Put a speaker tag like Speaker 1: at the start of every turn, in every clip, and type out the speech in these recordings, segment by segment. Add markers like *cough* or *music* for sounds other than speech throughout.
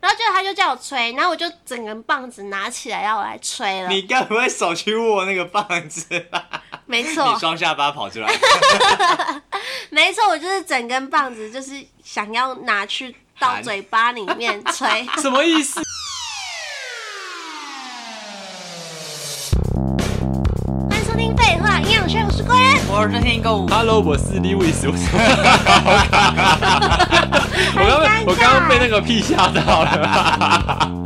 Speaker 1: 他就叫我吹，然后我就整根棒子拿起来要我来吹了。
Speaker 2: *laughs* 你该不会手去握那个棒子吧？
Speaker 1: 没错
Speaker 2: 你，双下巴跑出来，
Speaker 1: 没错，我就是整根棒子，就是想要拿去到
Speaker 2: 含
Speaker 1: 嘴巴里面吹。 *laughs*
Speaker 2: 什么意思？
Speaker 1: 欢迎收听《废话营养学》，我是贵人。
Speaker 3: 我是天狗，
Speaker 4: Hello，我是 Lewis。我
Speaker 2: *laughs*
Speaker 4: 刚
Speaker 1: 很尴尬
Speaker 4: 刚我刚刚被那个屁吓到了。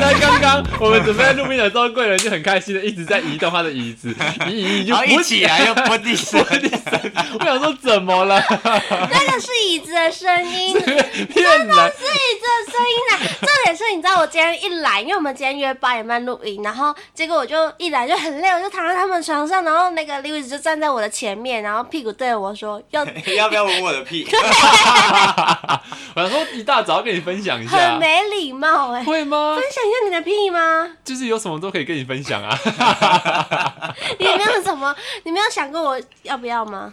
Speaker 4: 那刚刚我们准备在录音的时候，贵人就很开心的一直在移动他的椅
Speaker 2: *laughs*
Speaker 4: 子，移移移就
Speaker 2: 然后
Speaker 4: 不
Speaker 2: 一起来又不地声，
Speaker 4: 地声。我想说怎么
Speaker 2: *laughs*
Speaker 4: 了？
Speaker 1: 那个是椅子的声音，是
Speaker 4: 骗人！
Speaker 1: 椅子的声音啊！重点是，你知道我今天一来，因为我们今天约八点半录音，然后结果我就一来就很累，我就躺在他们床上，然后那个 Louis 就站在我的前面，然后屁股对着我说要。
Speaker 2: 要不要闻我的
Speaker 3: *laughs*
Speaker 2: 屁？
Speaker 4: 我想说一大早跟你分享一
Speaker 1: 很
Speaker 4: 下，啊
Speaker 1: 没礼貌 *laughs* 哎、
Speaker 4: 会吗
Speaker 1: 分？享一下你的屁吗？
Speaker 4: 就是有什么都可以跟你分
Speaker 2: *laughs*
Speaker 4: 享啊。
Speaker 1: *laughs* 你没有什么，你没有想过我要不要
Speaker 4: *laughs*
Speaker 1: 吗？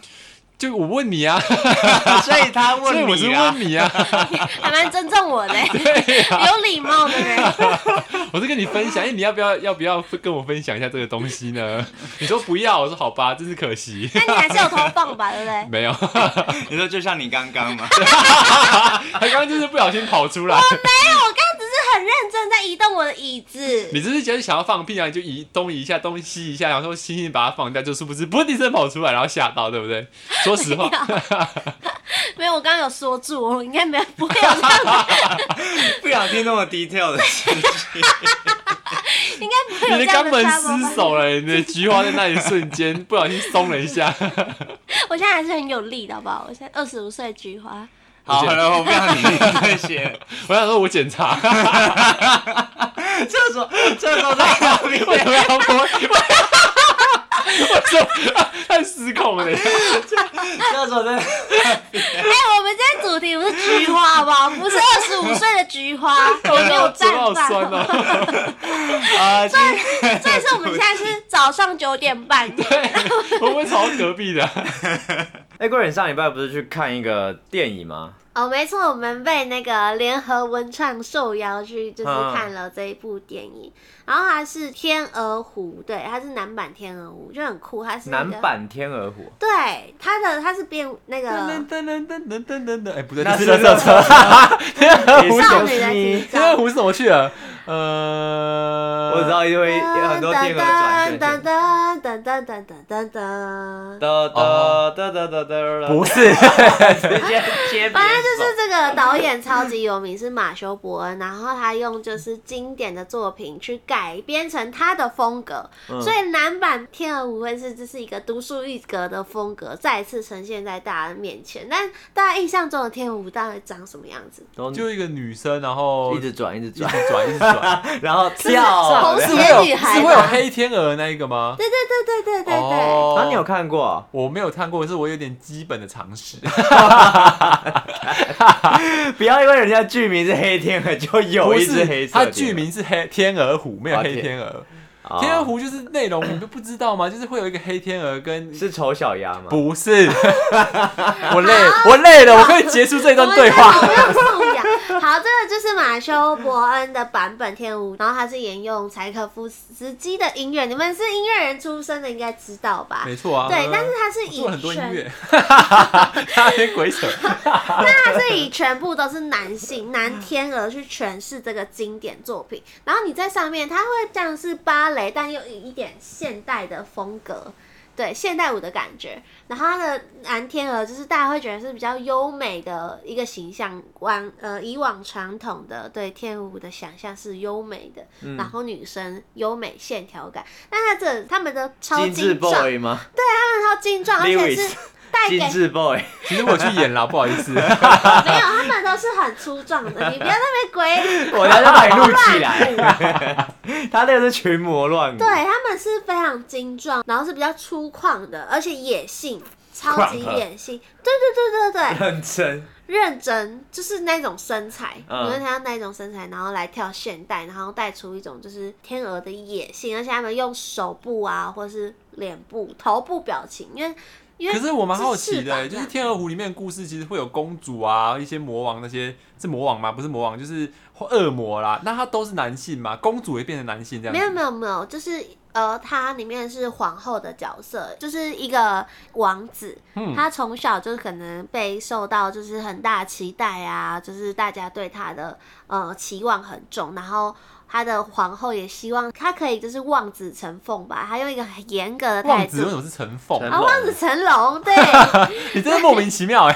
Speaker 4: 就我问你啊，
Speaker 2: 所以他
Speaker 4: 所以
Speaker 2: 问
Speaker 4: 我是
Speaker 2: 你啊
Speaker 4: 问，你啊，
Speaker 1: 还蛮尊重我
Speaker 4: *laughs*
Speaker 1: 的、有礼貌的呢。
Speaker 4: 我是跟你分享，哎，你要不要要不要跟我分享一下这个东西呢？你说不要，我说好吧，真是可惜。
Speaker 1: 那你还是有偷放吧，对不对？
Speaker 4: 没有，
Speaker 2: 你说就像你刚刚嘛，
Speaker 4: 他刚刚就是不小心跑出来。
Speaker 1: 没有，我刚刚只是很认真在移动我的椅子。
Speaker 4: 你只是觉得想要放屁啊，你就移东移一下，东西一下，然后说轻轻把它放掉，就是不是不地声跑出来，然后吓到，对不对？说实话，
Speaker 1: 没有，我刚刚有说住，我应该没有不会有这样，
Speaker 2: 不想听那么 detail 的事
Speaker 3: *laughs*
Speaker 2: 情。
Speaker 1: 应该不会有
Speaker 4: *laughs*
Speaker 1: 这
Speaker 4: 你的
Speaker 1: 样
Speaker 4: 肛
Speaker 1: 的 trouble
Speaker 4: 门
Speaker 1: 吧
Speaker 4: 失手了，你的菊花在那里瞬间不小心松了一下。
Speaker 1: 我现在还是很有力的，好不好？我现在二十五岁的菊花，
Speaker 2: 好了，我不想听这些。
Speaker 4: 我想说，我检 *laughs* 查，
Speaker 2: 这时候，这时候在哪
Speaker 4: *laughs*
Speaker 2: 里？
Speaker 4: 为什么要摸？我说、 *laughs* 啊太失控了。
Speaker 2: 这时候在
Speaker 1: 哎、我们今天主题不是菊花，好不
Speaker 4: *laughs*
Speaker 1: 好？不是二十五岁的菊花，我没有
Speaker 4: 嘴巴
Speaker 1: 办
Speaker 4: 好
Speaker 1: 法。
Speaker 4: 酸哦。
Speaker 2: 啊，今天
Speaker 1: 但是我们现在是早上九点
Speaker 4: *laughs*
Speaker 1: 半，
Speaker 4: 对，我会吵到隔壁
Speaker 3: *laughs*
Speaker 4: 的。啊
Speaker 3: 哎，贵人上礼拜不是去看一个电影吗？
Speaker 1: 哦，没错，我们被那个联合文创受邀去，就是
Speaker 3: 嗯
Speaker 1: 看了这一部电影，然后它是《天鹅湖》，对，它是男版《天鹅湖》，就很酷，它是那
Speaker 3: 男
Speaker 1: 个。
Speaker 3: 版天鹅湖，
Speaker 1: 对，它的它是变那个
Speaker 4: 噔噔噔噔噔噔噔噔，哎，不对，
Speaker 3: 那
Speaker 4: 那
Speaker 3: 是
Speaker 4: 是
Speaker 3: 垃
Speaker 4: 垃
Speaker 3: 圾
Speaker 4: 圾
Speaker 3: 车
Speaker 4: 车。
Speaker 3: *laughs*
Speaker 1: 少女的
Speaker 3: 你
Speaker 1: 心
Speaker 4: *laughs* 天鹅
Speaker 1: 脏。
Speaker 4: 湖是怎么去的？呃，
Speaker 3: 我知道，因为
Speaker 1: 啊
Speaker 3: 有很多天鹅转圈
Speaker 1: 噔
Speaker 3: 圈。
Speaker 1: 噔噔噔噔噔噔噔
Speaker 2: *laughs*
Speaker 1: 噔。
Speaker 3: 哒哒哒哒哒哒，
Speaker 4: 不是，
Speaker 3: 直接接别人走
Speaker 1: 反正就是这个导演超级有名，是马修·伯恩，然后他用就是经典的作品去改编成他的风格，
Speaker 3: 嗯
Speaker 1: 所以男版《天鹅湖》会是这是一个独树一格的风格，再次呈现在大家面前。但大家印象中的天鹅湖到底长什么样子？
Speaker 3: *laughs* 然后
Speaker 4: *laughs* 就一个女生，然后
Speaker 3: 一直转，一直
Speaker 4: 一直
Speaker 3: *laughs* 转，
Speaker 4: 转，一直 *laughs* 转，
Speaker 3: 然后
Speaker 1: 是
Speaker 3: 跳
Speaker 1: 红。
Speaker 4: 是
Speaker 1: 鞋
Speaker 4: 会
Speaker 1: 女
Speaker 4: 有
Speaker 1: 孩
Speaker 4: 是会有
Speaker 1: 吧
Speaker 4: 黑天鹅那一个吗？哦
Speaker 1: 对对对对对对对。
Speaker 3: 啊，你有看过？
Speaker 4: 我没有看过，是我有点基本的常 *laughs* 识。
Speaker 3: 不要因为人家剧名是黑天鹅就有
Speaker 4: 不
Speaker 3: 一只
Speaker 4: 是
Speaker 3: 黑色
Speaker 4: 它
Speaker 3: 的天鹅。
Speaker 4: 剧名是黑天鹅湖，没有
Speaker 3: 啊
Speaker 4: 黑
Speaker 3: 天
Speaker 4: 天鹅。
Speaker 3: 哦
Speaker 4: 天鹅湖就是内容你都不知道吗？就是会有一个黑天鹅跟
Speaker 3: 是丑小鸭吗？
Speaker 4: 不 *laughs* 是，我累，我累了，我可以结束这
Speaker 1: 我
Speaker 4: 段
Speaker 1: 们
Speaker 4: 对话。
Speaker 1: 没有素养。 *laughs* 好，这个就是马修·伯恩的版本《天舞》，然后他是沿用柴可夫斯基的音乐。你们是音乐人出身的，应该知道吧？
Speaker 4: 没错啊，
Speaker 1: 对，但是他是
Speaker 4: 做了很
Speaker 1: 以
Speaker 4: 多音
Speaker 1: 全，
Speaker 4: 乐，
Speaker 1: *laughs*
Speaker 4: 他 *laughs* 还鬼扯。
Speaker 1: 他是以全 *laughs* 部都是男性男天鹅去诠释这个经典作品。然后你在上面，它会像是芭蕾，但又有一点现代的风格。对现代舞的感觉，然后它的蓝天鹅就是大家会觉得是比较优美的一个形象，往呃以往传统的对天鹅舞的想象是优美的，
Speaker 4: 嗯
Speaker 1: 然后女生优美线条感，但它这他们的超
Speaker 3: 精致
Speaker 1: 精壮，他
Speaker 3: boy 吗？
Speaker 1: 们超精壮，而且
Speaker 3: Lewis
Speaker 1: 是带给
Speaker 3: 精致 boy，
Speaker 4: 其实我去演啦，不好意思。
Speaker 1: 没有，他们都是很粗壮的，你不要那边鬼。
Speaker 3: 我才要把你录起来。
Speaker 2: *laughs*
Speaker 3: 他那个是群魔乱舞。
Speaker 1: 对，他们是非常精壮，然后是比较粗犷的，而且野性，超级野性。对对对对对，
Speaker 3: 认真，
Speaker 1: 认真就是那种身材，
Speaker 3: 嗯
Speaker 1: 你会看到那种身材，然后来跳现代，然后带出一种就是天鹅的野性，而且他们用手部啊，或是脸部、头部表情，因为因为
Speaker 4: *laughs* 可是我蛮好
Speaker 1: 是
Speaker 4: 奇
Speaker 1: 翅膀
Speaker 4: 的，欸就是
Speaker 1: 啊
Speaker 4: 《天鹅湖》里面的故事，其实会有公主啊，一些魔王那些是魔王吗？不是魔王，就是恶魔啦。那他都是男性吗？公主也变成男性这样
Speaker 1: 没
Speaker 4: 子？
Speaker 1: 有没有没有，就是呃，它里面是皇后的角色，就是一个王子，
Speaker 4: 嗯
Speaker 1: 他从小就是可能被受到就是很大期待啊，就是大家对他的呃期望很重，然后。他的皇后也希望他可以就是望子成凤吧，他用一个很严格的态
Speaker 4: 望子
Speaker 1: 度
Speaker 4: 为什么是成凤？
Speaker 3: 成
Speaker 1: 啊，望子成龙，
Speaker 4: *laughs*
Speaker 1: 对他
Speaker 4: 你真的莫名其妙哎、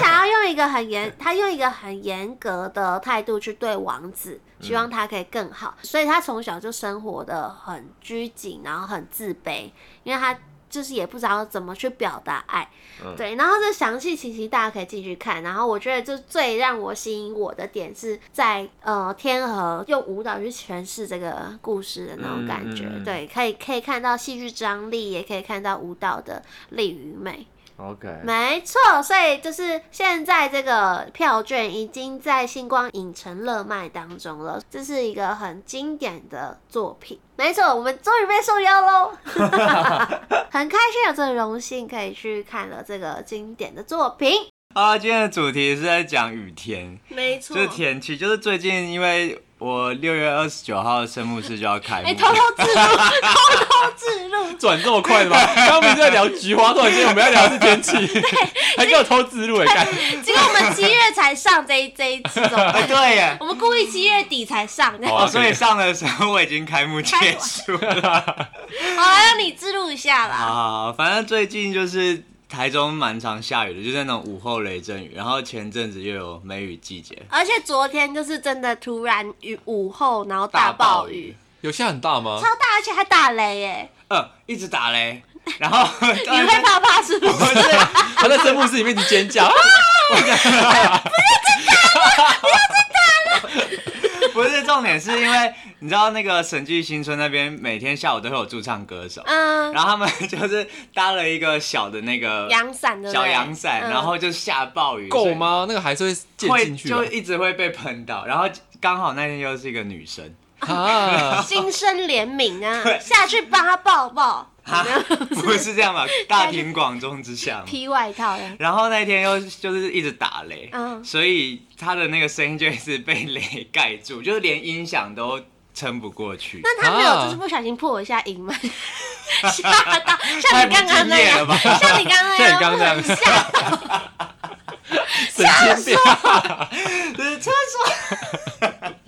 Speaker 1: 想要用一个很严，他用一个很严格的态度去对王子，希望他可以更好，所以他从小就生活的很拘谨，然后很自卑，因为他就是也不知道怎么去表达爱，
Speaker 3: 嗯
Speaker 1: 对，然后这详细情形大家可以进去看，然后我觉得就最让我吸引我的点是在呃天河用舞蹈去诠释这个故事的那种感觉，
Speaker 4: 嗯嗯嗯
Speaker 1: 对，可以可以看到戏剧张力，也可以看到舞蹈的力与美。
Speaker 3: OK，
Speaker 1: 没错，所以就是现在这个票券已经在星光影城热卖当中了，这是一个很经典的作品。没错，我们终于被受邀喽，很开心有这个荣幸可以去看了这个经典的作品。
Speaker 2: 啊，今天的主题是在讲雨天，
Speaker 1: 没错
Speaker 2: 就是天气，就是最近因为我六月二十九号生木市就要开幕
Speaker 1: 哎、，偷偷自入，偷偷自
Speaker 2: *laughs*
Speaker 1: 入。
Speaker 4: *laughs* 转这么快的吗？刚刚明明在聊菊花，突然间我们要聊的是天气，还给我偷植入哎、干
Speaker 1: 结果我们七月才上这一这一集，怎么
Speaker 2: *laughs* 哎，
Speaker 1: 办？
Speaker 2: 对耶，
Speaker 1: 我们故意七月底才上的。
Speaker 4: 好
Speaker 1: 好
Speaker 4: 啊
Speaker 2: 哦，所以上的时候我已经开幕结束了。 *laughs*
Speaker 1: 了，让你自入一下啦。
Speaker 2: 啊，反正最近就是台中蛮常下雨的，就是那种午后雷阵雨，然后前阵子又有梅雨季节，
Speaker 1: 而且昨天就是真的突然雨午后，然后大
Speaker 2: 大
Speaker 1: 暴
Speaker 2: 暴
Speaker 1: 雨
Speaker 2: 雨，
Speaker 4: 有下很大吗
Speaker 1: 超？大，而且还打雷耶！
Speaker 2: 呃，一直打 *laughs* 雷，然后
Speaker 1: 你会怕怕是不是？
Speaker 2: *laughs* 不是
Speaker 4: 他在生物室里面一直尖叫，啊
Speaker 2: 不是重点，是因为你知道那个审计新村那边每天下午都会有驻唱歌手，
Speaker 1: 嗯，
Speaker 2: 然后他们就是搭了一个小的那个
Speaker 1: 阳伞的
Speaker 2: 小阳伞，嗯然后就下暴雨，
Speaker 4: 够？吗？那个还是会溅
Speaker 2: 会
Speaker 4: 进去吧
Speaker 2: 就一直会被喷到，然后刚好那天又是一个女生，
Speaker 1: *laughs*
Speaker 4: 啊！
Speaker 1: 心生怜悯啊，
Speaker 2: *laughs* 对
Speaker 1: 下去帮他抱抱，
Speaker 2: 哈，啊 *laughs* 不是这样 *laughs* 吧？大庭广众之下嘛。
Speaker 1: 披外套呀。
Speaker 2: 然后那天又就是一直打雷，
Speaker 1: 嗯
Speaker 2: 所以他的那个声音就一直被雷盖住，就是连音响都撑不过去。
Speaker 1: 那他没有
Speaker 4: 啊
Speaker 1: 就是不小心破一下音吗？ *laughs* 吓到，像你刚刚那
Speaker 2: 太不敬业了
Speaker 1: 样，
Speaker 2: 吧
Speaker 1: 像你刚刚那样，
Speaker 4: 像你刚刚那样
Speaker 1: 我很吓到。
Speaker 4: 神经病，
Speaker 2: 就是厕所。 *laughs*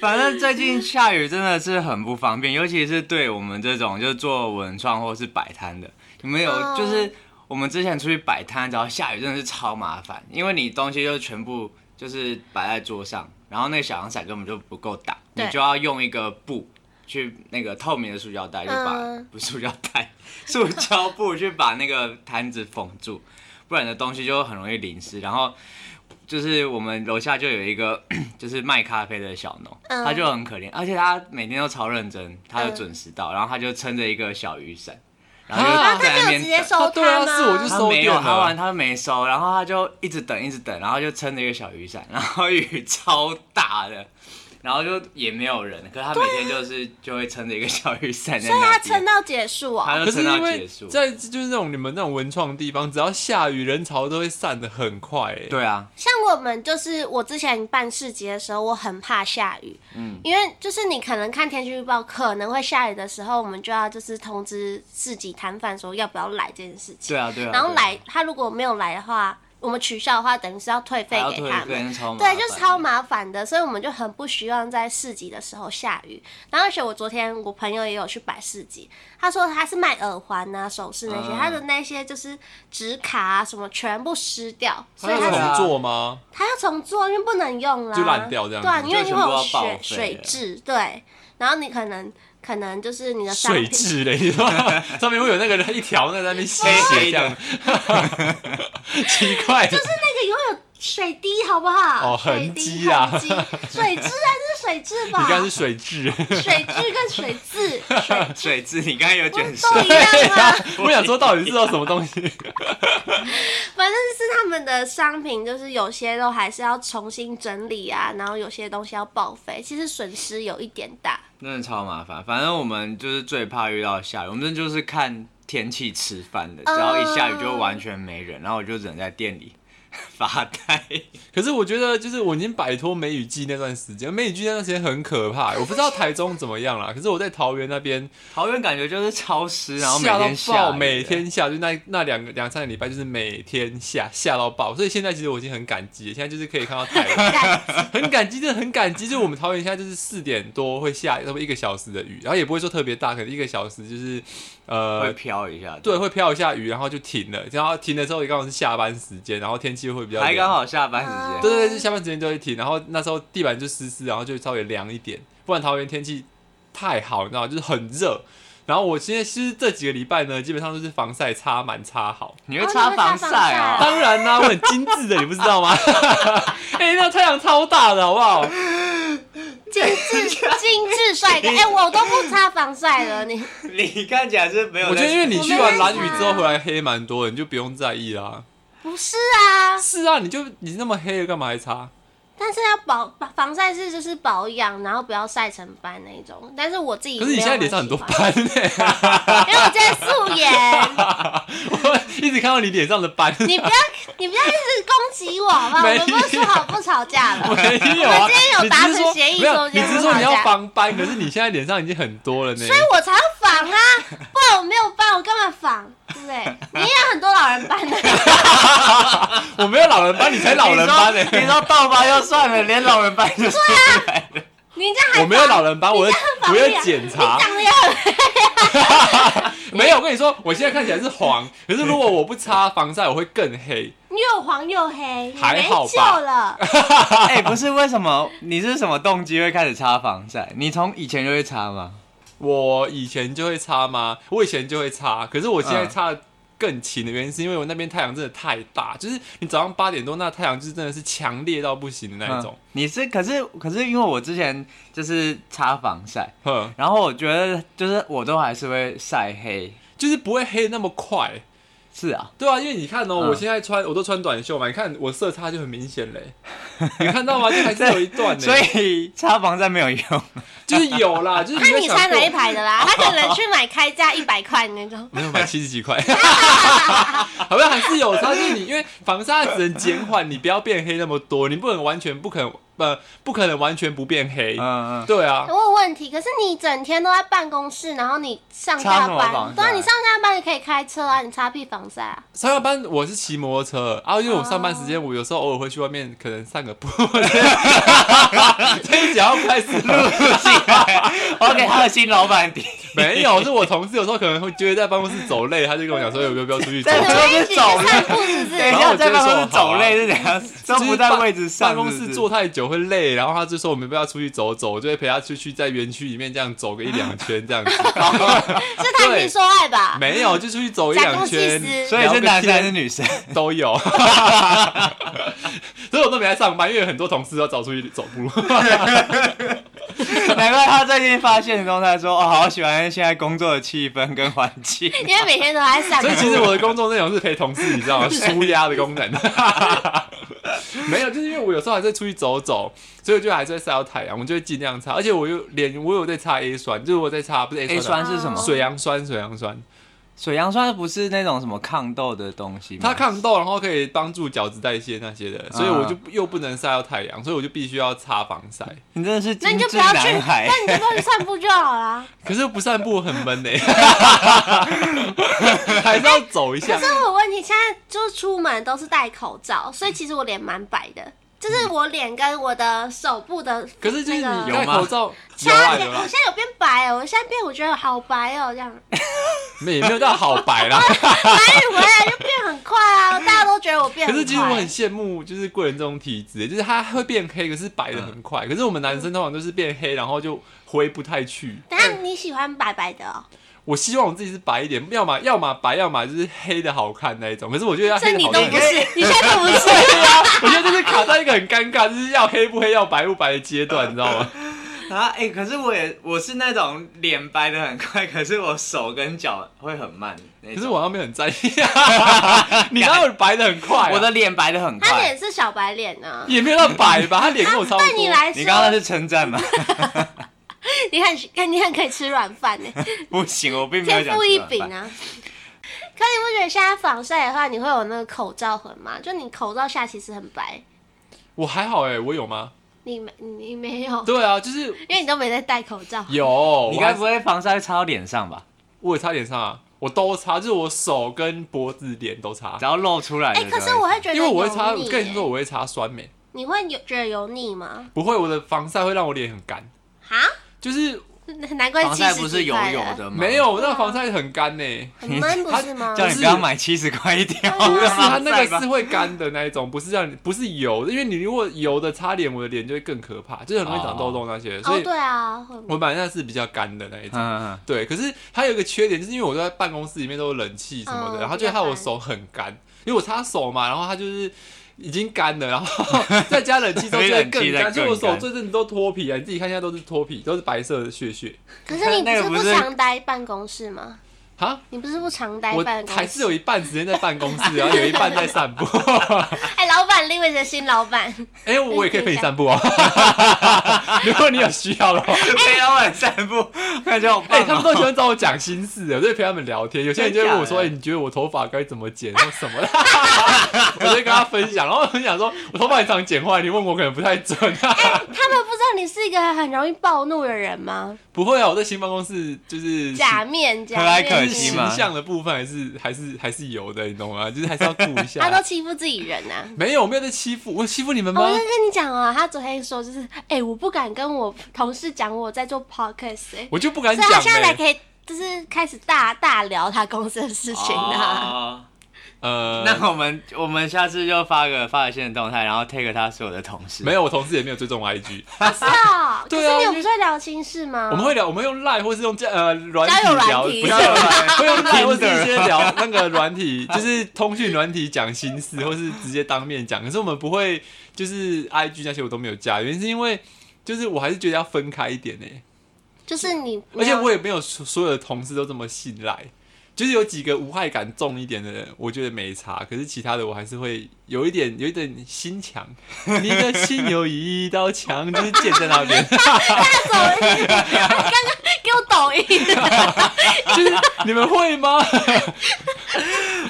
Speaker 2: 反正最近下雨真的是很不方便，尤其是对我们这种就是做文创或是摆摊的，你们有
Speaker 1: 嗯
Speaker 2: 就是我们之前出去摆摊，只要下雨真的是超麻烦，因为你东西就全部就是摆在桌上，然后那个小阳伞根本就不够挡，
Speaker 1: 对
Speaker 2: 你就要用一个布去那个透明的塑胶袋就把、
Speaker 1: 嗯
Speaker 2: 不是 *laughs* 塑胶袋，塑胶布去把那个摊子缝住，不然的东西就很容易淋湿，然后。就是我们楼下就有一个 *clears throat* 就是卖咖啡的小农，
Speaker 1: 嗯
Speaker 2: 他就很可怜，而且他每天都超认真，他就准时到，然后他就撑着一个小雨伞，然后
Speaker 4: 啊
Speaker 1: 嗯他
Speaker 2: 就在那
Speaker 1: 没有
Speaker 2: 边
Speaker 1: 直接
Speaker 2: 等。
Speaker 1: 收
Speaker 4: 对啊
Speaker 1: 吗？
Speaker 4: 是我就
Speaker 2: 他
Speaker 4: 收
Speaker 2: 没有，
Speaker 4: 掉了
Speaker 2: 他完他没收，然后他就一直等，一直等，然后就撑着一个小雨伞，然后雨超大的，然后就也没有人，可是他每天就是、就会撑着一个小雨伞在
Speaker 1: 所以
Speaker 2: 那
Speaker 1: 他撑
Speaker 2: 边，
Speaker 1: 到结束哦。
Speaker 2: 他
Speaker 4: 可
Speaker 2: 就是撑
Speaker 4: 因
Speaker 2: 到
Speaker 4: 为
Speaker 2: 结束。
Speaker 4: 在就是那种你们那种文创的地方，只要下雨，人潮都会散的很快、欸。，
Speaker 2: 对啊，
Speaker 1: 像我们就是我之前办市集的时候，我很怕下雨，嗯，因为就是你可能看天气预报可能会下雨的时候，我们就要就是通知市集摊贩说要不要来这件事情，
Speaker 2: 对啊，对啊。
Speaker 1: 然后
Speaker 2: 对啊
Speaker 1: 来他如果没有来的话，我们取消的话，等于是要退费
Speaker 2: 还要
Speaker 1: 给
Speaker 2: 退
Speaker 1: 他
Speaker 2: 费
Speaker 1: 们。
Speaker 2: 那超麻
Speaker 1: 对，
Speaker 2: 烦
Speaker 1: 就是超麻烦的，所以我们就很不希望在市集的时候下雨。然后，而且我昨天我朋友也有去摆市集，他说他是卖耳环啊、首饰那些，
Speaker 2: 嗯
Speaker 1: 他的那些就是纸卡啊什么全部湿掉，所
Speaker 4: 他
Speaker 1: 以
Speaker 4: 要
Speaker 1: 他是
Speaker 2: 对啊
Speaker 4: 重做吗？
Speaker 1: 它要重做，因为不能用啦，
Speaker 4: 就烂掉这样子
Speaker 1: 对啊，因为你会有
Speaker 2: 就全部要
Speaker 1: 水
Speaker 2: 报废
Speaker 4: 啊
Speaker 1: 水质，对，然后你可能可能就是你的商
Speaker 4: 水
Speaker 1: 品，
Speaker 4: 质嘞，你知道吗 *laughs* 上面会有那个人一条在那边吸血这样，奇怪，就是
Speaker 1: 那个也会有水滴，好不好？
Speaker 4: 哦
Speaker 1: 水
Speaker 4: 痕
Speaker 1: 滴
Speaker 4: 迹啊
Speaker 1: 痕迹水质啊，这是水质吧？
Speaker 4: *laughs* 你刚才是水
Speaker 2: *laughs*
Speaker 4: 质，
Speaker 1: 水质跟水质，水
Speaker 2: 水质，你刚才有
Speaker 1: 不
Speaker 2: 卷
Speaker 4: 哦
Speaker 2: 舌
Speaker 1: 都一样啊吗？
Speaker 4: 我想说到底是道什么东西？ *laughs*
Speaker 1: 反正是他们的商品，就是有些都还是要重新整理啊，然后有些东西要报废，其实损失有一点大。
Speaker 2: 真的超麻烦。反正我们就是最怕遇到下雨，我们真的就是看天气吃饭的，只要一下雨就
Speaker 4: 哦
Speaker 2: 完全没人，然后我就忍在店里 *laughs* 发呆。
Speaker 4: 可是我觉得，就是我已经摆脱梅雨季那段时间，梅雨季那段时间很可怕。欸我不知道台中怎么样啦，可是我在桃园那边
Speaker 2: 桃园感觉就是潮湿，然后每
Speaker 4: 下到
Speaker 2: 天下
Speaker 4: 爆，
Speaker 2: 雨欸
Speaker 4: 每天下，就那那两个两三个礼拜就是每天下下到爆。所以现在其实我已经很感激，现在就是可以看到台湾很感激，真的很感激。就是我们桃园现在就是四点多会下差不多一个小时的雨，然后也不会说特别大，可能一个小时就是
Speaker 2: 会
Speaker 4: 呃
Speaker 2: 飘一下，
Speaker 4: 对，会飘一下雨，然后就停了。然后停了之后，刚好是下班时间，然后天气会比较
Speaker 2: 还
Speaker 4: 凉
Speaker 2: 刚
Speaker 4: 哦
Speaker 2: 好下班时
Speaker 4: 对
Speaker 2: 间。
Speaker 4: 对，对，就下班时间就会停，然后那时候地板就湿湿，然后就稍微凉一点，不然桃园天气太好，你知道吗，就是很热。然后我现在其实这几个礼拜呢，基本上都是防晒擦满擦
Speaker 2: *laughs*
Speaker 4: 好。
Speaker 2: 你会擦防晒
Speaker 1: 哦
Speaker 2: 哦，
Speaker 4: 当然啦、我很精致的，你不知道吗？ *laughs* 哎、那太阳超大的，好不好？
Speaker 1: 精致精致帅
Speaker 4: *laughs*
Speaker 1: 哥，哎、我都不擦防晒了，你
Speaker 2: *laughs* 你看起来是没有在。啊
Speaker 4: 我觉得因
Speaker 2: *laughs*
Speaker 4: 为你去完蓝雨之后
Speaker 1: 我没在擦
Speaker 4: 回来黑蛮多的，你就不用在意啦。
Speaker 1: 不是啊？
Speaker 4: 是啊，你就你那么黑了，干嘛还擦？
Speaker 1: 但是要保防晒是就是保养，然后不要晒成斑那一种。但是我自己
Speaker 4: 可是你现在脸上很多
Speaker 1: 没有
Speaker 4: 斑呢、
Speaker 1: 很喜欢，因为我今天素颜，
Speaker 4: 我一直看到你脸上的斑。
Speaker 1: 你不要你不要一直攻击我好不好？我
Speaker 4: *laughs* 没有
Speaker 1: 们不是说好不吵架了吗？
Speaker 4: 没有啊，
Speaker 1: 我们今天有达成
Speaker 4: 你只是说
Speaker 1: 协议
Speaker 4: 没有
Speaker 1: 说今
Speaker 4: 你
Speaker 1: 天
Speaker 4: 只是
Speaker 1: 不
Speaker 4: 说
Speaker 1: 吵
Speaker 4: 你
Speaker 1: 架
Speaker 4: 要防斑，可是你现在脸上已经很多了呢。
Speaker 1: 所以我才要防
Speaker 4: *laughs*
Speaker 1: 啊，不然我没有斑，我干嘛防？对不对？你也有很多老人斑的，啊
Speaker 4: *laughs* 我没有老人斑，你才老人斑欸呢、
Speaker 2: 你说倒疤就算了，连老人斑都是。
Speaker 1: 你这样还
Speaker 4: 我没有老人斑，我要
Speaker 1: 防
Speaker 4: 我
Speaker 1: 不了
Speaker 4: 要检查
Speaker 1: 你，长得也很啊
Speaker 4: *laughs* 没有。我跟你说，我现在看起来是黄，可是如果我不擦防晒，我会更黑。
Speaker 1: 又黄又黑，你
Speaker 4: 还
Speaker 1: 没
Speaker 4: 好吧
Speaker 1: 救
Speaker 4: *laughs*
Speaker 1: 了。
Speaker 2: *laughs* 哎，不是为什么？你是什么动机会开始擦防晒？你从以前就会擦吗？
Speaker 4: 我以前就会擦吗？我以前就会擦，可是我现在
Speaker 2: 嗯
Speaker 4: 擦的更勤的原因是因为我那边太阳真的太大，就是你早上八点多，那太阳就是真的是强烈到不行的那一种
Speaker 2: 嗯。你是可是可是因为我之前就是擦防晒，
Speaker 4: 哼，
Speaker 2: 然后我觉得就是我都还是会晒黑。
Speaker 4: 就是不会黑得那么快。
Speaker 2: 是
Speaker 4: *laughs*
Speaker 2: 啊，
Speaker 4: 对啊，因为你看哦、
Speaker 2: 嗯
Speaker 4: 我现在穿我都穿短袖嘛，你看我色差就很明显嘞，你看到吗？就还是有一
Speaker 2: *laughs*
Speaker 4: 段呢，
Speaker 2: 所以擦防晒没有用。
Speaker 4: 就是有啦，就是
Speaker 1: 看
Speaker 4: 会
Speaker 1: 你
Speaker 4: 想
Speaker 1: 穿哪一
Speaker 4: 过。
Speaker 1: 排的
Speaker 4: *laughs*
Speaker 1: 啦，他可能去买开价一百块那种。
Speaker 4: 没有买七十几块， *laughs* 好像还是有差。就是你因为防晒只能减缓，你不要变黑那么多，你不能完全不可能呃不可能完全不变黑。
Speaker 2: 嗯 *laughs* 嗯，
Speaker 4: 对啊
Speaker 1: 我，有问题，可是你整天都在办公室，然后你上
Speaker 2: 擦
Speaker 1: 下
Speaker 2: 什么防晒
Speaker 1: 班，对啊，你上下班也可以开车啊，你擦屁防晒
Speaker 4: *laughs*
Speaker 1: 啊。
Speaker 4: 上下班我是骑摩托车啊，因为我上班时间我有时候偶尔会去外面，可能散个步。 *laughs* 这一集要开始录
Speaker 2: 我给他的新老板
Speaker 4: *laughs*
Speaker 2: 听。
Speaker 4: 没有，是我同事有时候可能会觉得在办公室走累，他就跟我讲说有没有不要出去走
Speaker 2: 对
Speaker 1: 你
Speaker 2: 我
Speaker 1: 们
Speaker 2: 对
Speaker 4: 走。
Speaker 2: 就是
Speaker 1: 一起去
Speaker 2: 走了
Speaker 1: 散步是不
Speaker 2: 等
Speaker 1: 是
Speaker 2: 一？
Speaker 4: 然后
Speaker 2: 下，
Speaker 4: 我就
Speaker 2: 在办公
Speaker 4: 说
Speaker 2: 室
Speaker 4: 好
Speaker 2: 走
Speaker 4: 啊
Speaker 2: 累是怎样？都不在位置上，
Speaker 4: 办公
Speaker 2: 是不
Speaker 4: 室
Speaker 2: 是
Speaker 4: 坐太久会累，然后他就说我们要不要出去走走，我就会陪他出去在园区里面这样走个一两圈这
Speaker 2: *laughs*
Speaker 4: 样子。
Speaker 1: 是谈情说爱吧？
Speaker 4: 没有，就出去走一
Speaker 1: 假
Speaker 4: 两
Speaker 1: 公济
Speaker 4: 圈，
Speaker 1: 私。
Speaker 2: 所以是男生还是女生？
Speaker 4: 都有。 *laughs* 所以我都没来上班，因为很多同事要早出去走
Speaker 2: *laughs*
Speaker 4: 步。
Speaker 2: 难怪他最近发现中，他说：“哦，好喜欢现在工作的气氛跟环境。
Speaker 1: 因为每天都在散步
Speaker 4: 所以，其实我的工作内容是陪同事，你知
Speaker 2: *laughs*
Speaker 4: 道吗？舒压的功能。 *laughs* 没有，就是因为我有时候还在出去走走，所以我就还是会晒到太阳，我就会尽量擦。而且我又脸，我有在擦 A 酸，就是我在擦不是 A 酸
Speaker 2: ”A
Speaker 4: 啊
Speaker 2: 酸是什么？
Speaker 4: 水杨酸，水杨酸，
Speaker 2: 水杨酸不是那种什么抗痘的东西吗？
Speaker 4: 它抗痘，然后可以帮助角质代谢那些的，
Speaker 2: 啊
Speaker 4: 所以我就又不能晒到太阳，所以我就必须要擦防
Speaker 2: *laughs*
Speaker 4: 晒。
Speaker 2: 你真的是
Speaker 1: 那
Speaker 2: 精
Speaker 1: 你就
Speaker 2: 致
Speaker 1: 不要去，
Speaker 2: 男孩
Speaker 1: 那。你就不要去散步就好啊啦。
Speaker 4: 可是不散步很
Speaker 2: *laughs*
Speaker 4: 闷呢、还是要走一下
Speaker 1: 可。是我有问题，现在就是出门都是戴口罩，所以其实我脸蛮白的，就是我脸跟我的手部的那个。
Speaker 4: 嗯可是就是你
Speaker 2: 有
Speaker 4: 戴
Speaker 2: 吗
Speaker 4: 口罩，有
Speaker 1: 掐
Speaker 4: 啊
Speaker 1: 脸，
Speaker 4: 有
Speaker 1: 我
Speaker 4: 啊，
Speaker 1: 现在有变白哦，我现在变我觉得好白哦，这样
Speaker 4: *laughs* 没也没有到好白啦。
Speaker 1: 白宇回来就变很快啊，大家都觉得我变
Speaker 4: 可
Speaker 1: 很快。
Speaker 4: 是其实我很羡慕，就是贵人这种体质，欸就是他会变黑，可是白的很
Speaker 2: 嗯
Speaker 4: 快。可是我们男生通常都是变黑，然后就回不太去。
Speaker 1: 等一下你喜欢白白的哦，
Speaker 4: 我希望我自己是白一点，要么要么白，要么就是黑的好看那一种。可是我觉得要
Speaker 1: 所
Speaker 4: 黑
Speaker 1: 以
Speaker 4: 的
Speaker 1: 你
Speaker 4: 啊好
Speaker 1: 都
Speaker 4: 看
Speaker 1: 不，是，你现在都
Speaker 4: *laughs*
Speaker 1: 不是。
Speaker 4: 我觉得就是卡在一个很尴尬，就是要黑不黑，要白不白的阶段，你
Speaker 2: *laughs*
Speaker 4: 知道吗？
Speaker 2: 啊，哎、可是我也我是那种脸白的很快， *laughs* 可是我手跟脚会很慢。
Speaker 4: 可是我上面
Speaker 2: *laughs*
Speaker 4: 很在意，你哪有白的很快啊、
Speaker 2: 我的脸白的很
Speaker 1: 他
Speaker 2: 快。
Speaker 1: 脸是小白脸呢、
Speaker 4: 也没有到白吧，他脸跟我差不多。
Speaker 1: 对你来说，
Speaker 2: 你刚 *laughs* 刚那是称赞吗？ *laughs*
Speaker 1: 你很你很可以吃软饭呢，
Speaker 2: 不行，我并没有
Speaker 1: 天
Speaker 2: 讲
Speaker 1: 赋
Speaker 2: 吃
Speaker 1: 异
Speaker 2: 软
Speaker 1: 禀
Speaker 2: 饭。
Speaker 1: 啊。可你不觉得现在防晒的话，你会有那个口罩痕吗？就你口罩下其实很白，
Speaker 4: 我还好哎、我有吗？
Speaker 1: 你没你没有，
Speaker 4: 对啊，就是
Speaker 1: 因为你都没在戴口罩。
Speaker 4: 有，我
Speaker 2: 你该
Speaker 4: 还
Speaker 2: 不会防晒会擦到脸上吧？
Speaker 4: 我也擦脸上啊，我都擦，就是我手跟脖子、脸都擦
Speaker 2: 只，要露出来的
Speaker 1: 哎、
Speaker 2: 就会。
Speaker 1: 可是我会觉得
Speaker 4: 啊因为我会擦，
Speaker 1: 油腻
Speaker 4: 我跟你
Speaker 1: 耶
Speaker 4: 说我会擦酸梅，
Speaker 1: 你会有觉得油腻吗？
Speaker 4: 不会，我的防晒会让我脸很干，
Speaker 1: 哈，
Speaker 4: 就是
Speaker 1: 难怪
Speaker 2: 防晒不
Speaker 1: 70
Speaker 2: 是
Speaker 1: 几
Speaker 2: 油
Speaker 1: 块啊
Speaker 2: 油，的吗？
Speaker 4: 没，有
Speaker 2: 啊
Speaker 4: 那个防晒很干呢、欸
Speaker 1: 很闷不是
Speaker 4: *laughs*
Speaker 1: 吗？
Speaker 2: 叫你
Speaker 4: 是
Speaker 2: 不要买七十块一条
Speaker 1: 对啊
Speaker 4: 不
Speaker 2: 的
Speaker 4: 是它
Speaker 2: 防
Speaker 4: 那
Speaker 2: 晒
Speaker 4: 个
Speaker 2: 吧
Speaker 4: 是。会干的那一种，不是让你不是油的，因为你如果油的擦脸，我的脸就会更可怕，就是很容易长痘痘那些，所
Speaker 1: 哦，
Speaker 4: 以
Speaker 1: 对啊，会
Speaker 4: 我本来那是比较干的那一种。
Speaker 2: 嗯，嗯
Speaker 4: 对，可是它有一个缺点，就是因为我都在办公室里面都有冷气什么的，
Speaker 1: 嗯
Speaker 4: 然后就害我手很干，因为我擦手嘛，然后它就是已经干了，然后 *laughs* 再加冷气之后就会更
Speaker 2: *laughs* 所以冷气再
Speaker 4: 干，
Speaker 2: 更
Speaker 4: 所以我手
Speaker 2: 干
Speaker 4: 最近都脱皮啊，你自己看一下都是脱皮，都是白色的血血。
Speaker 1: 可是你不
Speaker 2: 那个
Speaker 1: 是
Speaker 2: 不
Speaker 1: 不
Speaker 2: 是
Speaker 1: 常待办公室吗？
Speaker 4: 哈，
Speaker 1: 你不是不常待
Speaker 4: 我
Speaker 1: 办公室？
Speaker 4: 还是有一半时间在办公室，然后有一半在散步。 *laughs*
Speaker 1: 哎，老板，另外一个新老板，
Speaker 4: 哎、我也可以陪你散步哦， *laughs* 如果你有需要的话。
Speaker 2: *laughs* 陪老板啊散 *laughs* 步，感嗯觉好
Speaker 4: 哎、
Speaker 2: 棒
Speaker 4: 他们
Speaker 2: 哦。
Speaker 4: 都喜欢找我讲心事，我就陪他们聊天。有些人就会问我说：“哎、
Speaker 2: 真假的
Speaker 4: 你觉得我头发该怎么剪，或什么的？” *laughs* 我就会跟他分享，然后分享说：“我头发很常剪坏，你问我可能不太准 *laughs* 啊。
Speaker 1: 他们不知道你是一个很容易暴怒的人吗？
Speaker 4: 不会啊，我在新办公室就是
Speaker 1: *laughs* 假
Speaker 4: *laughs*
Speaker 1: 面，假
Speaker 2: 和蔼可
Speaker 1: 面
Speaker 4: 就是
Speaker 2: 亲
Speaker 1: 具
Speaker 2: 嘛
Speaker 4: 形象的部分还是还是还是有的，你懂吗？就是还是要顾一
Speaker 1: *laughs* 他都
Speaker 4: 下。
Speaker 1: 欺负自己人啊！
Speaker 4: 没有，我没有在欺负，我有欺负你们
Speaker 1: 我
Speaker 4: 吗
Speaker 1: 就？跟你讲啊，他昨天说就是，哎、我不敢跟我同事讲我在做 podcast，、哎，
Speaker 4: 我就不敢
Speaker 1: 所
Speaker 4: 讲、
Speaker 1: 以他现在才
Speaker 4: 欸。
Speaker 1: 可以就是开始大大聊他公司的事情啊。
Speaker 2: 哦
Speaker 4: 呃，
Speaker 2: 那我们我们下次就发个发个现实动态，然后 take 他所有的同事。
Speaker 4: 没有，我同事也没有追踪我 IG。
Speaker 1: *laughs* 是啊，可
Speaker 4: 哦 *laughs* 对啊
Speaker 1: 是你们
Speaker 4: 因为
Speaker 1: 不是会聊心事吗？
Speaker 4: 我们会聊，我们用 Line 或是用这呃软
Speaker 1: 交友软
Speaker 4: 聊，
Speaker 1: 体
Speaker 4: 不要
Speaker 1: *laughs*
Speaker 4: 会用 Line 或是
Speaker 2: Tinder
Speaker 4: 一些聊那个软体，就是通讯软体讲心事，或是直接当面讲。可是我们不会，就是 IG 那些我都没有加，原因是因为就是我还是觉得要分开一点呢、
Speaker 1: 啊就是你，
Speaker 4: 而且我也没有所所有的同事都这么信赖。就是有几个无害感重一点的人，我觉得没差。可是其他的我还是会有一点，有一点心墙。你的心有一道墙，就是建在那边。 *laughs*
Speaker 1: 走，你刚刚给我抖音，
Speaker 4: 就是你们会吗？
Speaker 2: *laughs*